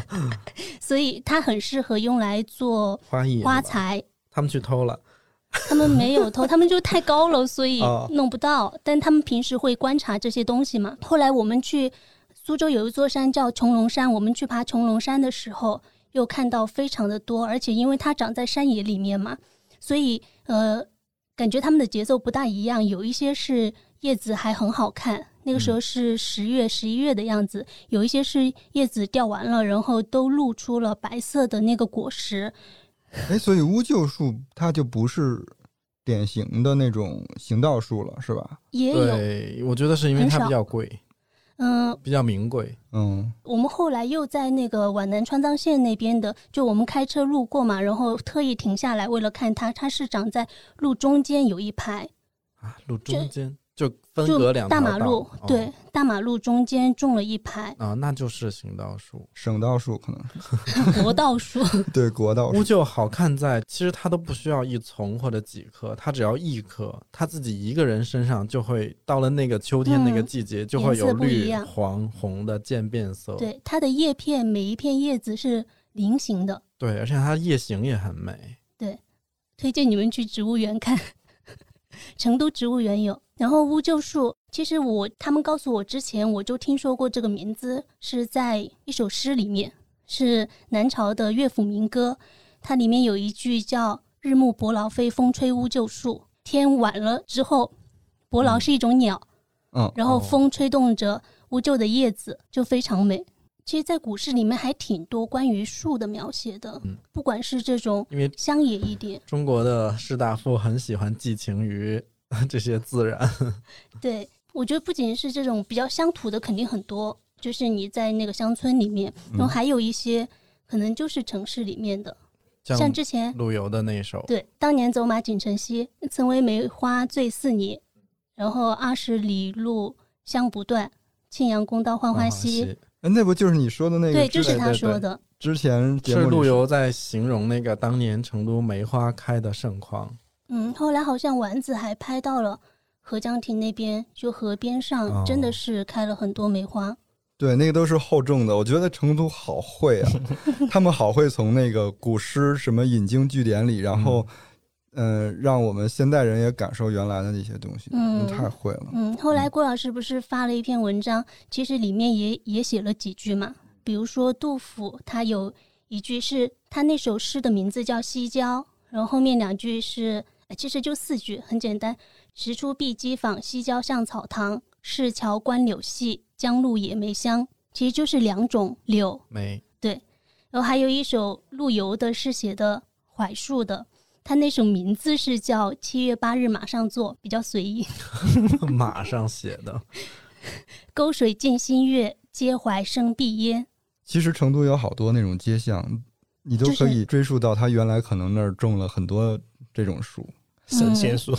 S1: 所以它很适合用来做
S4: 花 艺
S1: 花
S4: 是吧
S1: 材。
S4: 他们去偷了，
S1: 他们没有偷，他们就太高了，所以
S4: 哦
S1: 弄不到。但他们平时会观察这些东西嘛。后来我们去苏州有一座山叫穹窿山，我们去爬穹窿山的时候，又看到非常的多，而且因为它长在山野里面嘛，所以呃，感觉他们的节奏不大一样。有一些是叶子还很好看，那个时候是十月、十一月的样子；有一些是叶子掉完了，然后都露出了白色的那个果实。
S2: 哎、所以乌桕树它就不是典型的那种行道树了，是吧？
S1: 也有，
S4: 对，我觉得是因为
S1: 很
S4: 它
S1: 少
S4: 比较贵，
S1: 嗯、
S4: 比较名贵。
S2: 嗯，
S1: 我们后来又在那个皖南川藏线那边的，就我们开车路过嘛，然后特意停下来，为了看它，它是长在路中间有一排，
S4: 啊，路中间就分隔
S1: 就
S4: 两条
S1: 大马路
S4: 道，哦
S1: 对，大马路中间种了一 排
S4: 哦啊，那就是行道树。
S2: 省道树可能是
S1: 国道树，
S2: 对国道
S4: 乌
S2: 树，
S4: 桕好看在，其实它都不需要一丛或者几棵，它只要一棵，它自己一个人身上就会到了那个秋天
S1: 嗯
S4: 那个季节，就会有
S1: 颜色不一
S4: 绿、
S1: 样
S4: 黄、红的渐变色。
S1: 对，它的叶片每一片叶子是菱形的，
S4: 对，而且它夜行也很美。
S1: 推荐你们去植物园看， 成都植物园有。然后乌桕树，其实我他们告诉我之前，我就听说过这个名字，是在一首诗里面，是南朝的乐府民歌，它里面有一句叫“日暮伯劳飞，风吹乌桕树”。天晚了之后，伯劳是一种鸟，
S2: 嗯，
S1: 然后
S4: 哦
S1: 风吹动着乌桕的叶子，就非常美。其实，在古诗里面还挺多关于树的描写的，
S4: 嗯
S1: 不管是这种
S4: 因为
S1: 乡野一点，
S4: 中国的士大夫很喜欢寄情于 这些自然，
S1: 对，我觉得不仅是这种比较乡土的，肯定很多，就是你在那个乡村里面，然后还有一些可能就是城市里面的，像
S4: 像嗯
S1: 之前
S4: 陆游的那首。
S1: 对当年走马锦城西，曾为梅花醉似你，然后二十里路香不断，庆阳公道浣花
S4: 浣
S1: 溪，
S2: 哎那不就是你说的那个
S1: 对，
S2: 之
S1: 就
S2: 前？
S1: 是他
S4: 对
S1: 说的，
S2: 之前节
S4: 是
S2: 目
S4: 陆
S2: 里说
S4: 游在形容那个当年成都梅花开的盛况。
S1: 嗯，后来好像丸子还拍到了。合江亭那边，就河边上
S4: 哦
S1: 真的是开了很多梅花，
S2: 对，那个都是厚重的。我觉得成都好 会啊，他们好会从那个古诗什么引经据典里，然后，嗯、让我们现代人也感受原来的那些东西，
S1: 嗯
S2: 太会了。
S1: 嗯，后来郭老师不是发了一篇文章，其实里面也也写了几句嘛，比如说杜甫他有一句是他那首诗的名字叫《西郊》，然后后面两句是，呃其实就四句，很简单：石出碧鸡坊，西郊向草堂，市桥观柳细，江路野梅香。其实就是两种柳。
S4: 没
S1: 然后还有一首陆游的，是写的槐树的，他那首名字是叫《七月八日马上做》，比较随意。
S4: 马上写的，
S1: 沟水见新月，皆怀生碧烟。
S2: 其实成都有好多那种街巷，你都
S1: 就是
S2: 可以追溯到他原来可能那儿种了很多这种树。
S3: 神仙树，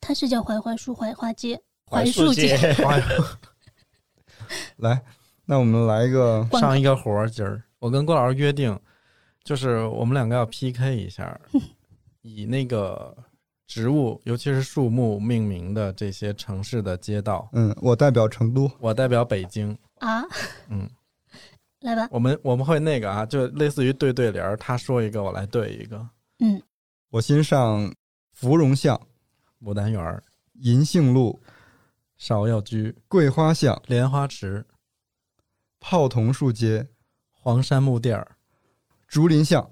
S1: 它是叫槐槐树槐花街，
S3: 槐
S1: 树
S3: 街，
S2: 来，那我们来一个，
S1: 广
S4: 上一个活儿，今儿我跟郭老师约定，就是我们两个要 PK 一下，以那个植物，尤其是树木命名的这些城市的街道，
S2: 嗯，我代表成都，
S4: 我代表北京，
S1: 啊，
S4: 嗯，
S1: 来吧，
S4: 我们我们会那个啊，就类似于对对联儿，他说一个，我来对一个。
S1: 嗯，
S2: 我新上芙蓉巷、
S4: 牡丹园儿、
S2: 银杏路、
S4: 芍药居、
S2: 桂花巷、
S4: 莲花池、
S2: 泡桐树街、
S4: 黄山木店儿、
S2: 竹林巷、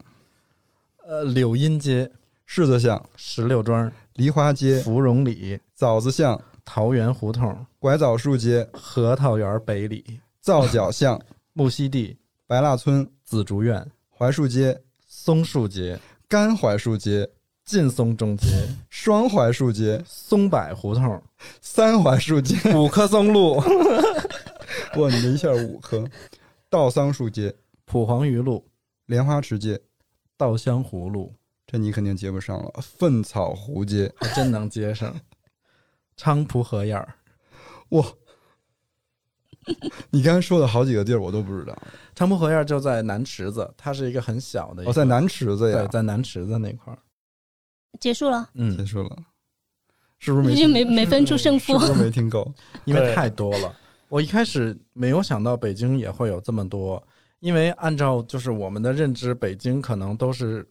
S4: 呃柳荫街、
S2: 柿子巷、
S4: 石榴庄、
S2: 梨花街、
S4: 芙蓉里、
S2: 枣子巷、
S4: 桃源胡同、
S2: 拐枣树街、
S4: 核桃园北里、
S2: 皂角巷、
S4: 木樨地、
S2: 白蜡村、
S4: 紫竹院、
S2: 槐树街、
S4: 松树街、
S2: 干槐树街、
S4: 劲松中街、
S2: 双槐树街、
S4: 松柏胡同、
S2: 三槐树街，
S4: 五棵松路、
S2: 哇，你这一下五棵，稻桑树街、
S4: 蒲黄榆路、
S2: 莲花池街，
S4: 稻香湖路，
S2: 这你肯定接不上了。粪草湖街，
S4: 还真能接 上。菖蒲河沿儿，
S2: 哇， 你刚才说的好几个地儿我都不知道。
S4: 菖蒲河沿儿就在南池子，它是一个很小的一个，
S2: 我、哦在南池子
S4: 哎对，
S2: 呀，
S4: 在南池子那块儿。
S1: 结束了，
S4: 嗯
S2: 结，束了，是不是
S1: 那
S2: 没
S1: 就
S2: 听
S1: 没没分出胜
S2: 是
S1: 负
S2: 不。是没听够？
S4: 因为
S3: 对
S4: 太多了。我一开始没有想到北京也会有这么多，因为按照就是我们的认知，北京可能都是，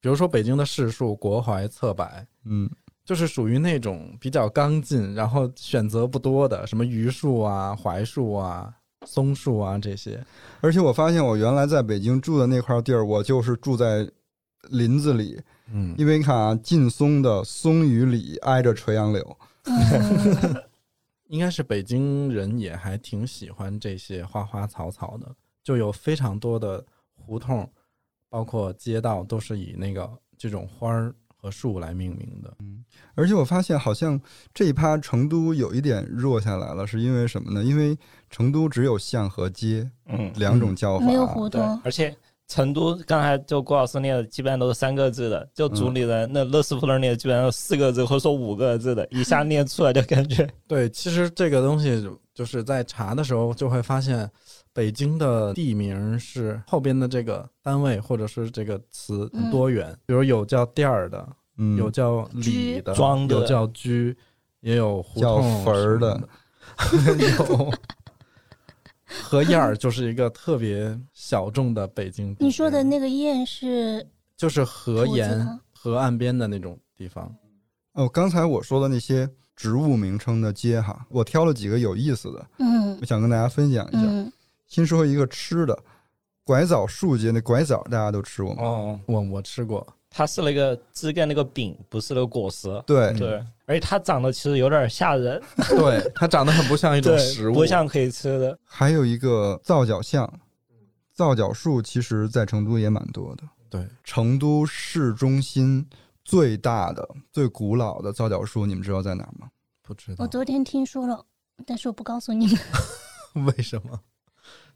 S4: 比如说北京的市树、国槐、侧柏，
S2: 嗯，
S4: 就是属于那种比较刚劲，然后选择不多的，什么榆树啊、槐树啊、松树啊这些。
S2: 而且我发现我原来在北京住的那块地儿，我就是住在林子里，
S4: 嗯，
S2: 因为你看啊，劲松的松与里挨着垂杨柳，
S1: 嗯，
S4: 应该是北京人也还挺喜欢这些花花草草的，就有非常多的胡同，包括街道都是以那个这种花儿和树来命名的。
S2: 而且我发现好像这一趴成都有一点弱下来了，是因为什么呢？因为成都只有巷和街
S3: 嗯，
S2: 两种叫 法，
S1: 没有胡
S3: 对
S1: 同，，
S3: 而且成都刚才就郭老师念的，基本上都是三个字的，就主理人、那乐师傅那儿念的基本上是四个字或者说五个字的，一 下念出来就感觉
S4: 对，其实这个东西就是在查的时候就会发现，北京的地名是后边的这个单位或者是这个词
S1: 嗯
S4: 很多元，比如有叫店儿的，
S2: 嗯，
S4: 有叫里的，
S3: 庄的
S4: 有叫居，也有胡
S2: 叫
S4: 同
S2: 坟儿
S4: 的， 有。河沿儿就是一个特别小众的北京地名，
S1: 你说的那个雁是
S4: 就是河
S1: 兔子
S4: 沿
S1: 吗、
S4: 河岸边的那种地方。
S2: 哦，刚才我说的那些植物名称的街哈，我挑了几个有意思的，
S1: 嗯
S2: 我想跟大家分享一下。
S1: 嗯，
S2: 先说一个吃的，拐枣树街那拐枣大家都吃过吗？
S3: 哦，
S4: 嗯我我吃过，
S3: 它是那个枝干那个饼，不是那个果实。
S4: 嗯
S2: 对，
S3: 对，而且它长得其实有点吓人，
S4: 对，它长得很不像一种
S3: 对，
S4: 食物，
S3: 不像可以吃的。
S2: 还有一个皂角巷，皂角树其实在成都也蛮多的。
S4: 对，
S2: 成都市中心最大的、最古老的皂角树，你们知道在哪儿吗？
S4: 不知道
S1: 我。昨天听说了，但是我不告诉你们。
S4: 为什么？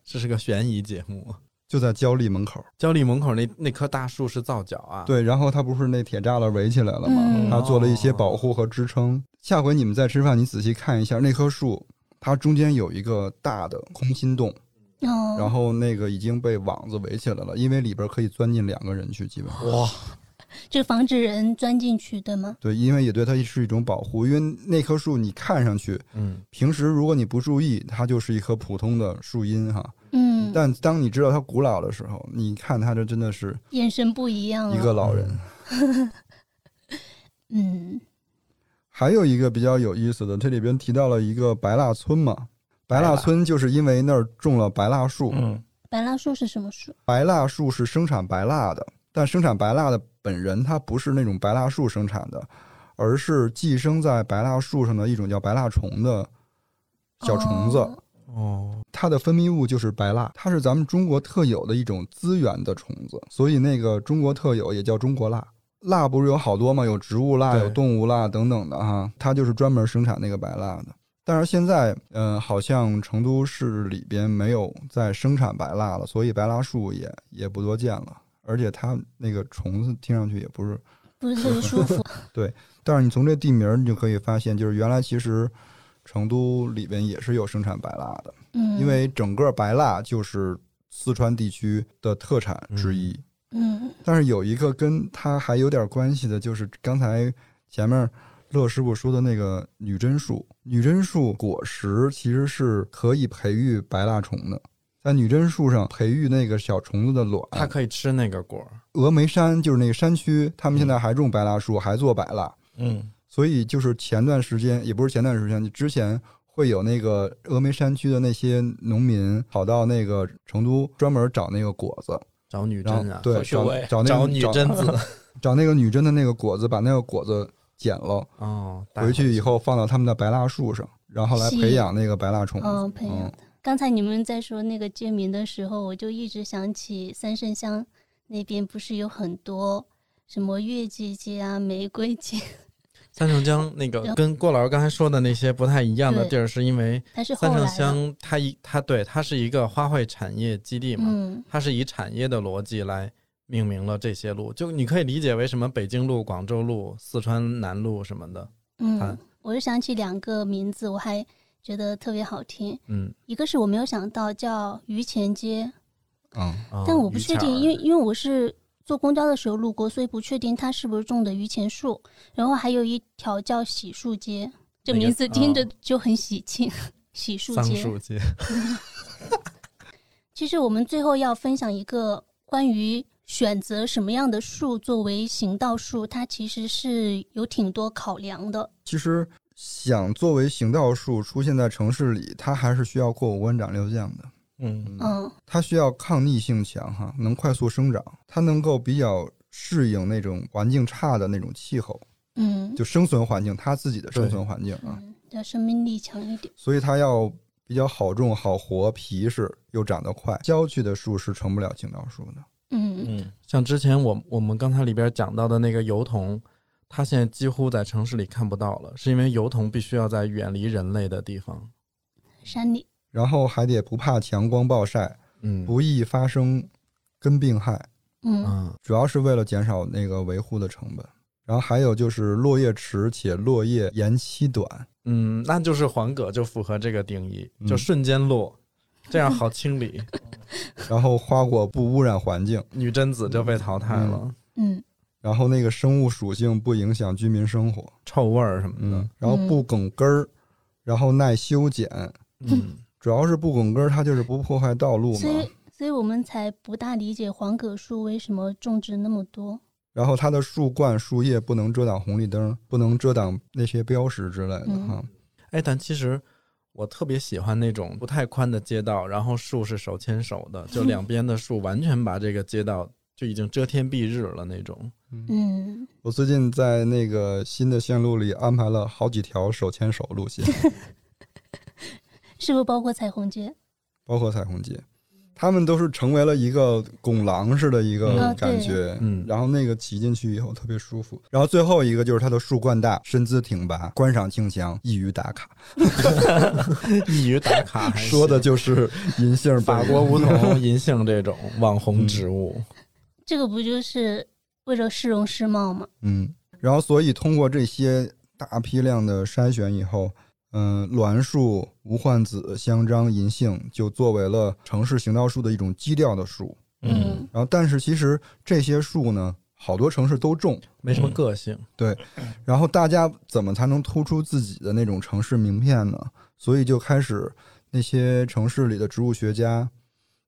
S4: 这是个悬疑节目。
S2: 就在焦栗门口。
S4: 焦里门口那那棵大树是皂角啊？，
S2: 对，然后它不是那铁栅栏围起来了吗？
S1: 嗯
S2: 它做了一些保护和支撑。下回你们再吃饭，你仔细看一下那棵树，它中间有一个大的空心洞，
S3: 嗯
S1: 哦，
S2: 然后那个已经被网子围起来了，因为里边可以钻进两个人去，基本上。
S3: 哇，
S1: 就防止人钻进去，对吗？
S2: 对，因为也对它是一种保护，因为那棵树你看上去
S4: 嗯，
S2: 平时如果你不注意，它就是一棵普通的树荫哈。
S1: 嗯，
S2: 但当你知道它古老的时候，你看它这真的是
S1: 眼神不一样
S2: 一个
S1: 了。
S2: 老人。嗯
S1: 嗯，
S2: 还有一个比较有意思的，这里边提到了一个白蜡村嘛，白蜡村就是因为那儿种了白蜡树，
S3: 嗯，
S1: 白蜡树是什么树？
S2: 白蜡树是生产白蜡的，但生产白蜡的本人他不是那种白蜡树生产的，而是寄生在白蜡树上的一种叫白蜡虫的小虫子。
S1: 哦
S4: 哦，
S2: 它的分泌物就是白蜡，它是咱们中国特有的一种资源的虫子，所以那个中国特有也叫中国蜡。蜡不是有好多吗？有植物蜡，
S4: 对
S2: 有动物蜡等等的哈，它就是专门生产那个白蜡的。但是现在，嗯、好像成都市里边没有在生产白蜡了，所以白蜡树也也不多见了。而且它那个虫子听上去也不是
S1: 不是特别舒 服。
S2: 但是你从这地名儿，你就可以发现，就是原来其实成都里边也是有生产白蜡的，
S1: 嗯，
S2: 因为整个白蜡就是四川地区的特产之一。
S1: 嗯
S2: 但是有一个跟它还有点关系的，就是刚才前面乐师傅说的那个女贞树。女贞树果实其实是可以培育白蜡虫的，在女贞树上培育那个小虫子的卵。
S4: 它可以吃那个果儿，
S2: 峨眉山就是那个山区，他们现在还种白蜡树，还做白蜡。
S3: 嗯，
S2: 所以就是前段时间，也不是前段时间，就之前会有那个峨眉山区的那些农民跑到那个成都，专门找那个果子，
S4: 找女
S2: 然
S4: 真
S2: 后
S4: 啊，
S2: 对
S3: 何秀
S2: 找
S3: 伟
S2: 找那
S4: 找
S2: 个
S4: 女贞子，
S2: 找那个女真的那个果子，把那个果子捡了，
S4: 哦，带
S2: 回去以后放到他们的白蜡树上，然后来
S1: 是
S2: 培养那个白蜡虫。
S1: 嗯，朋友
S2: 嗯，，
S1: 刚才你们在说那个街名的时候，我就一直想起三圣乡那边不是有很多什么月季街啊、玫瑰街，
S4: 三圣乡那个跟郭老师刚才说的那些不太一样的地儿，是因为
S1: 它是后
S4: 三
S1: 来
S4: 圣
S1: 的
S4: 乡它一它对它是一个花卉产业基地嘛，
S1: 嗯
S4: 它是以产业的逻辑来命名了这些路，就你可以理解为什么北京路、广州路、四川南路什么的，
S1: 嗯
S4: 它，
S1: 我就想起两个名字，我还觉得特别好听。
S4: 嗯，
S1: 一个是我没有想到叫榆钱街，
S2: 嗯，
S4: 啊
S1: 但我不
S4: 榆
S1: 确
S4: 钱
S1: 定，
S4: 儿
S1: 因为因为我是坐公交的时候路过，所以不确定它是不是种的榆钱树。然后还有一条叫喜树街，这
S4: 那个
S1: 名字听着
S4: 哦
S1: 就很喜庆， 喜树
S4: 桑
S1: 街。
S4: 树街，
S1: 其实我们最后要分享一个关于选择什么样的树作为行道树，它其实是有挺多考量的。
S2: 其实想作为行道树出现在城市里，它还是需要过五关斩六将的。
S3: 嗯，
S1: 嗯
S2: 它需要抗逆性强哈，能快速生长，它能够比较适应那种环境差的那种气候，
S1: 嗯，
S2: 就生存环境，它自己的生存环境啊，
S1: 嗯要生命力强一点。
S2: 所以它要比较好种、好活、皮实又长得快。郊区的树是成不了行道树的。
S1: 嗯
S3: 嗯，
S4: 像之前我我们刚才里边讲到的那个油桐，它现在几乎在城市里看不到了，是因为油桐必须要在远离人类的地方，
S1: 山里
S2: 然后还得不怕强光暴晒，
S4: 嗯
S2: 不易发生根病害，
S1: 嗯
S4: 啊，
S2: 主要是为了减少那个维护的成本。然后还有就是落叶迟且落叶延期短，
S4: 嗯，那就是黄葛就符合这个定义，
S2: 嗯
S4: 就瞬间落，这样好清理。
S2: 然后花果不污染环境。
S4: 女贞子就被淘汰了，
S1: 嗯
S2: 然后那个生物属性不影响居民生活，
S4: 臭味儿什
S1: 嗯
S4: 么的。，
S2: 然后不梗根儿，然后耐修剪，
S4: 嗯，
S2: 主要是不梗根儿，它就是不破坏道路
S1: 所
S2: 嘛
S1: 以。所以我们才不大理解黄葛树为什么种植那么多。
S2: 然后它的树冠、树叶不能遮挡红绿灯，不能遮挡那些标识之类的
S1: 嗯
S2: 哈。
S4: 哎，但其实我特别喜欢那种不太宽的街道，然后树是手牵手的，就两边的树完全把这个街道就已经遮天蔽日了那 种。
S1: 嗯，
S2: 我最近在那个新的线路里安排了好几条手牵手路线，
S1: 是不是包括彩虹街？
S2: 包括彩虹街，他们都是成为了一个拱廊似的一个
S1: 嗯
S2: 感觉。
S4: 嗯
S2: 然后那个骑进去以后特别舒服。然后最后一个就是它的树冠大，身姿挺拔，观赏性强，易于打卡。
S4: 易于打卡还行，
S2: 说的就是 银杏、
S4: 法国梧桐、银杏这种网红植物。
S1: 这个不就是为了市容市貌吗？
S2: 嗯，然后所以通过这些大批量的筛选以后，嗯，栾树、无患子、香樟、银杏就作为了城市行道树的一种基调的树。
S3: 嗯，
S2: 然后，但是其实这些树呢，好多城市都种。
S4: 没什么个性，
S2: 然后大家怎么才能突出自己的那种城市名片呢？所以就开始那些城市里的植物学家，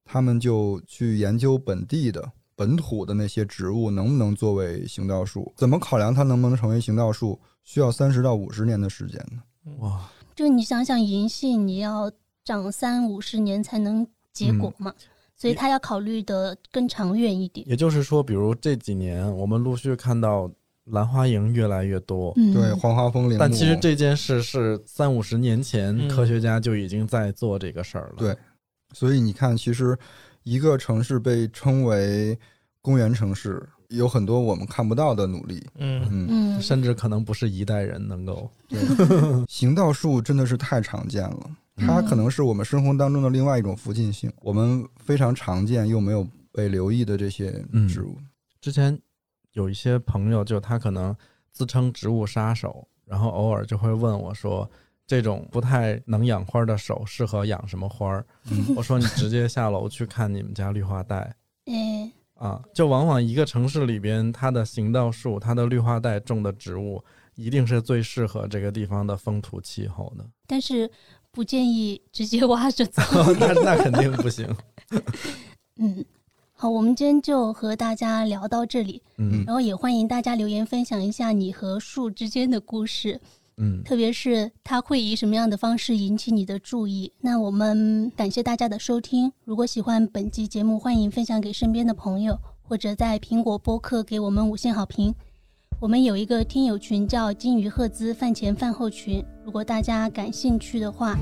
S2: 他们就去研究本地的本土的那些植物能不能作为行道树，怎么考量它能不能成为行道树，需要三十到五十年的时间呢？
S4: 哇！
S1: 就你想想，银杏你要长三五十年才能结
S2: 嗯
S1: 果嘛，所以它要考虑的更长远一点。
S4: 也就是说，比如这几年我们陆续看到兰花楹越来越多。
S1: 嗯，
S2: 对，黄花风铃木。
S4: 但其实这件事是三五十年前
S3: 嗯
S4: 科学家就已经在做这个事儿了。
S2: 对所以你看，其实一个城市被称为公园城市，有很多我们看不到的努力。
S3: 嗯，
S2: 嗯，
S1: 嗯，
S4: 甚至可能不是一代人能够。
S2: 行道树真的是太常见了，它可能是我们生活当中的另外一种附近性，我们非常常见又没有被留意的这些植
S4: 嗯
S2: 物。
S4: 之前有一些朋友，就他可能自称植物杀手，然后偶尔就会问我说。这种不太能养花的手适合养什么花儿？
S2: 嗯
S4: 我说你直接下楼去看你们家绿化带，
S1: 哎，
S4: 啊，就往往一个城市里边，它的行道树、它的绿化带种的植物，一定是最适合这个地方的风土气候的。
S1: 但是不建议直接挖着走。
S4: 那那肯定不行。
S1: 嗯，好，我们今天就和大家聊到这里，
S4: 嗯
S1: 然后也欢迎大家留言分享一下你和树之间的故事，
S4: 嗯，
S1: 特别是它会以什么样的方式引起你的注意。那我们感谢大家的收听，如果喜欢本期节目，欢迎分享给身边的朋友，或者在苹果播客给我们五星好评。我们有一个听友群叫“金鱼赫兹饭前饭后群”，如果大家感兴趣的话，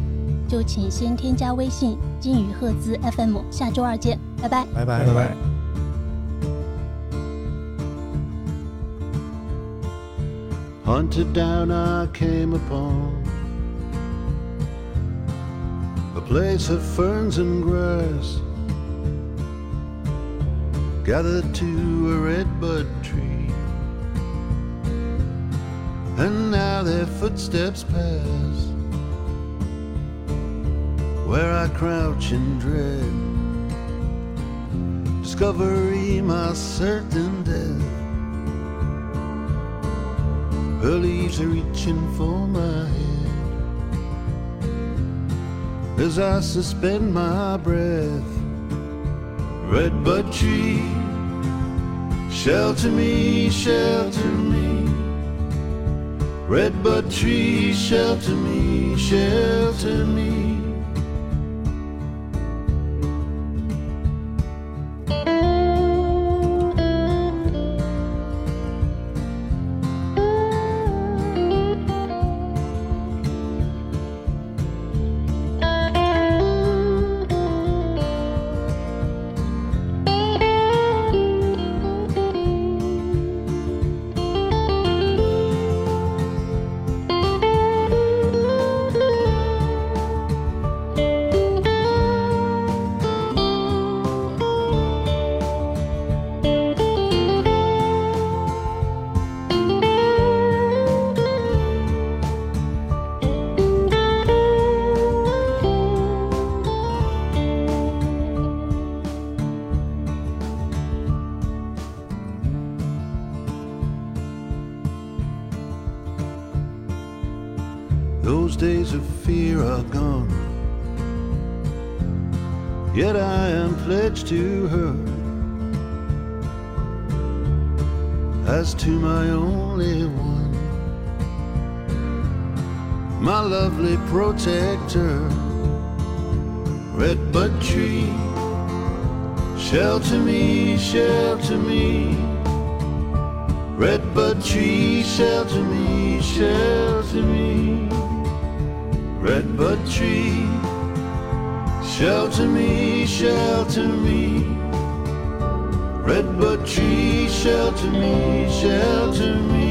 S1: 就请先添加微信“金鱼赫兹 FM”。下周二见，拜拜。
S4: 拜拜
S2: 拜拜
S5: hunted down I came upon a place of ferns and grass gathered to a redbud tree and now their footsteps pass where I crouch in dread discovery my certain death her leaves are reaching for my head as I suspend my breath. Redbud tree, shelter me, shelter me. Redbud tree, shelter me, shelter me. Those days of fear are gone. Yet I am pledged to her as to my only one, my lovely protector. Redbud tree, shelter me, shelter me. Redbud tree, shelter me, shelter me. Redbud tree, shelter me, shelter me. Redbud tree, shelter me, shelter me.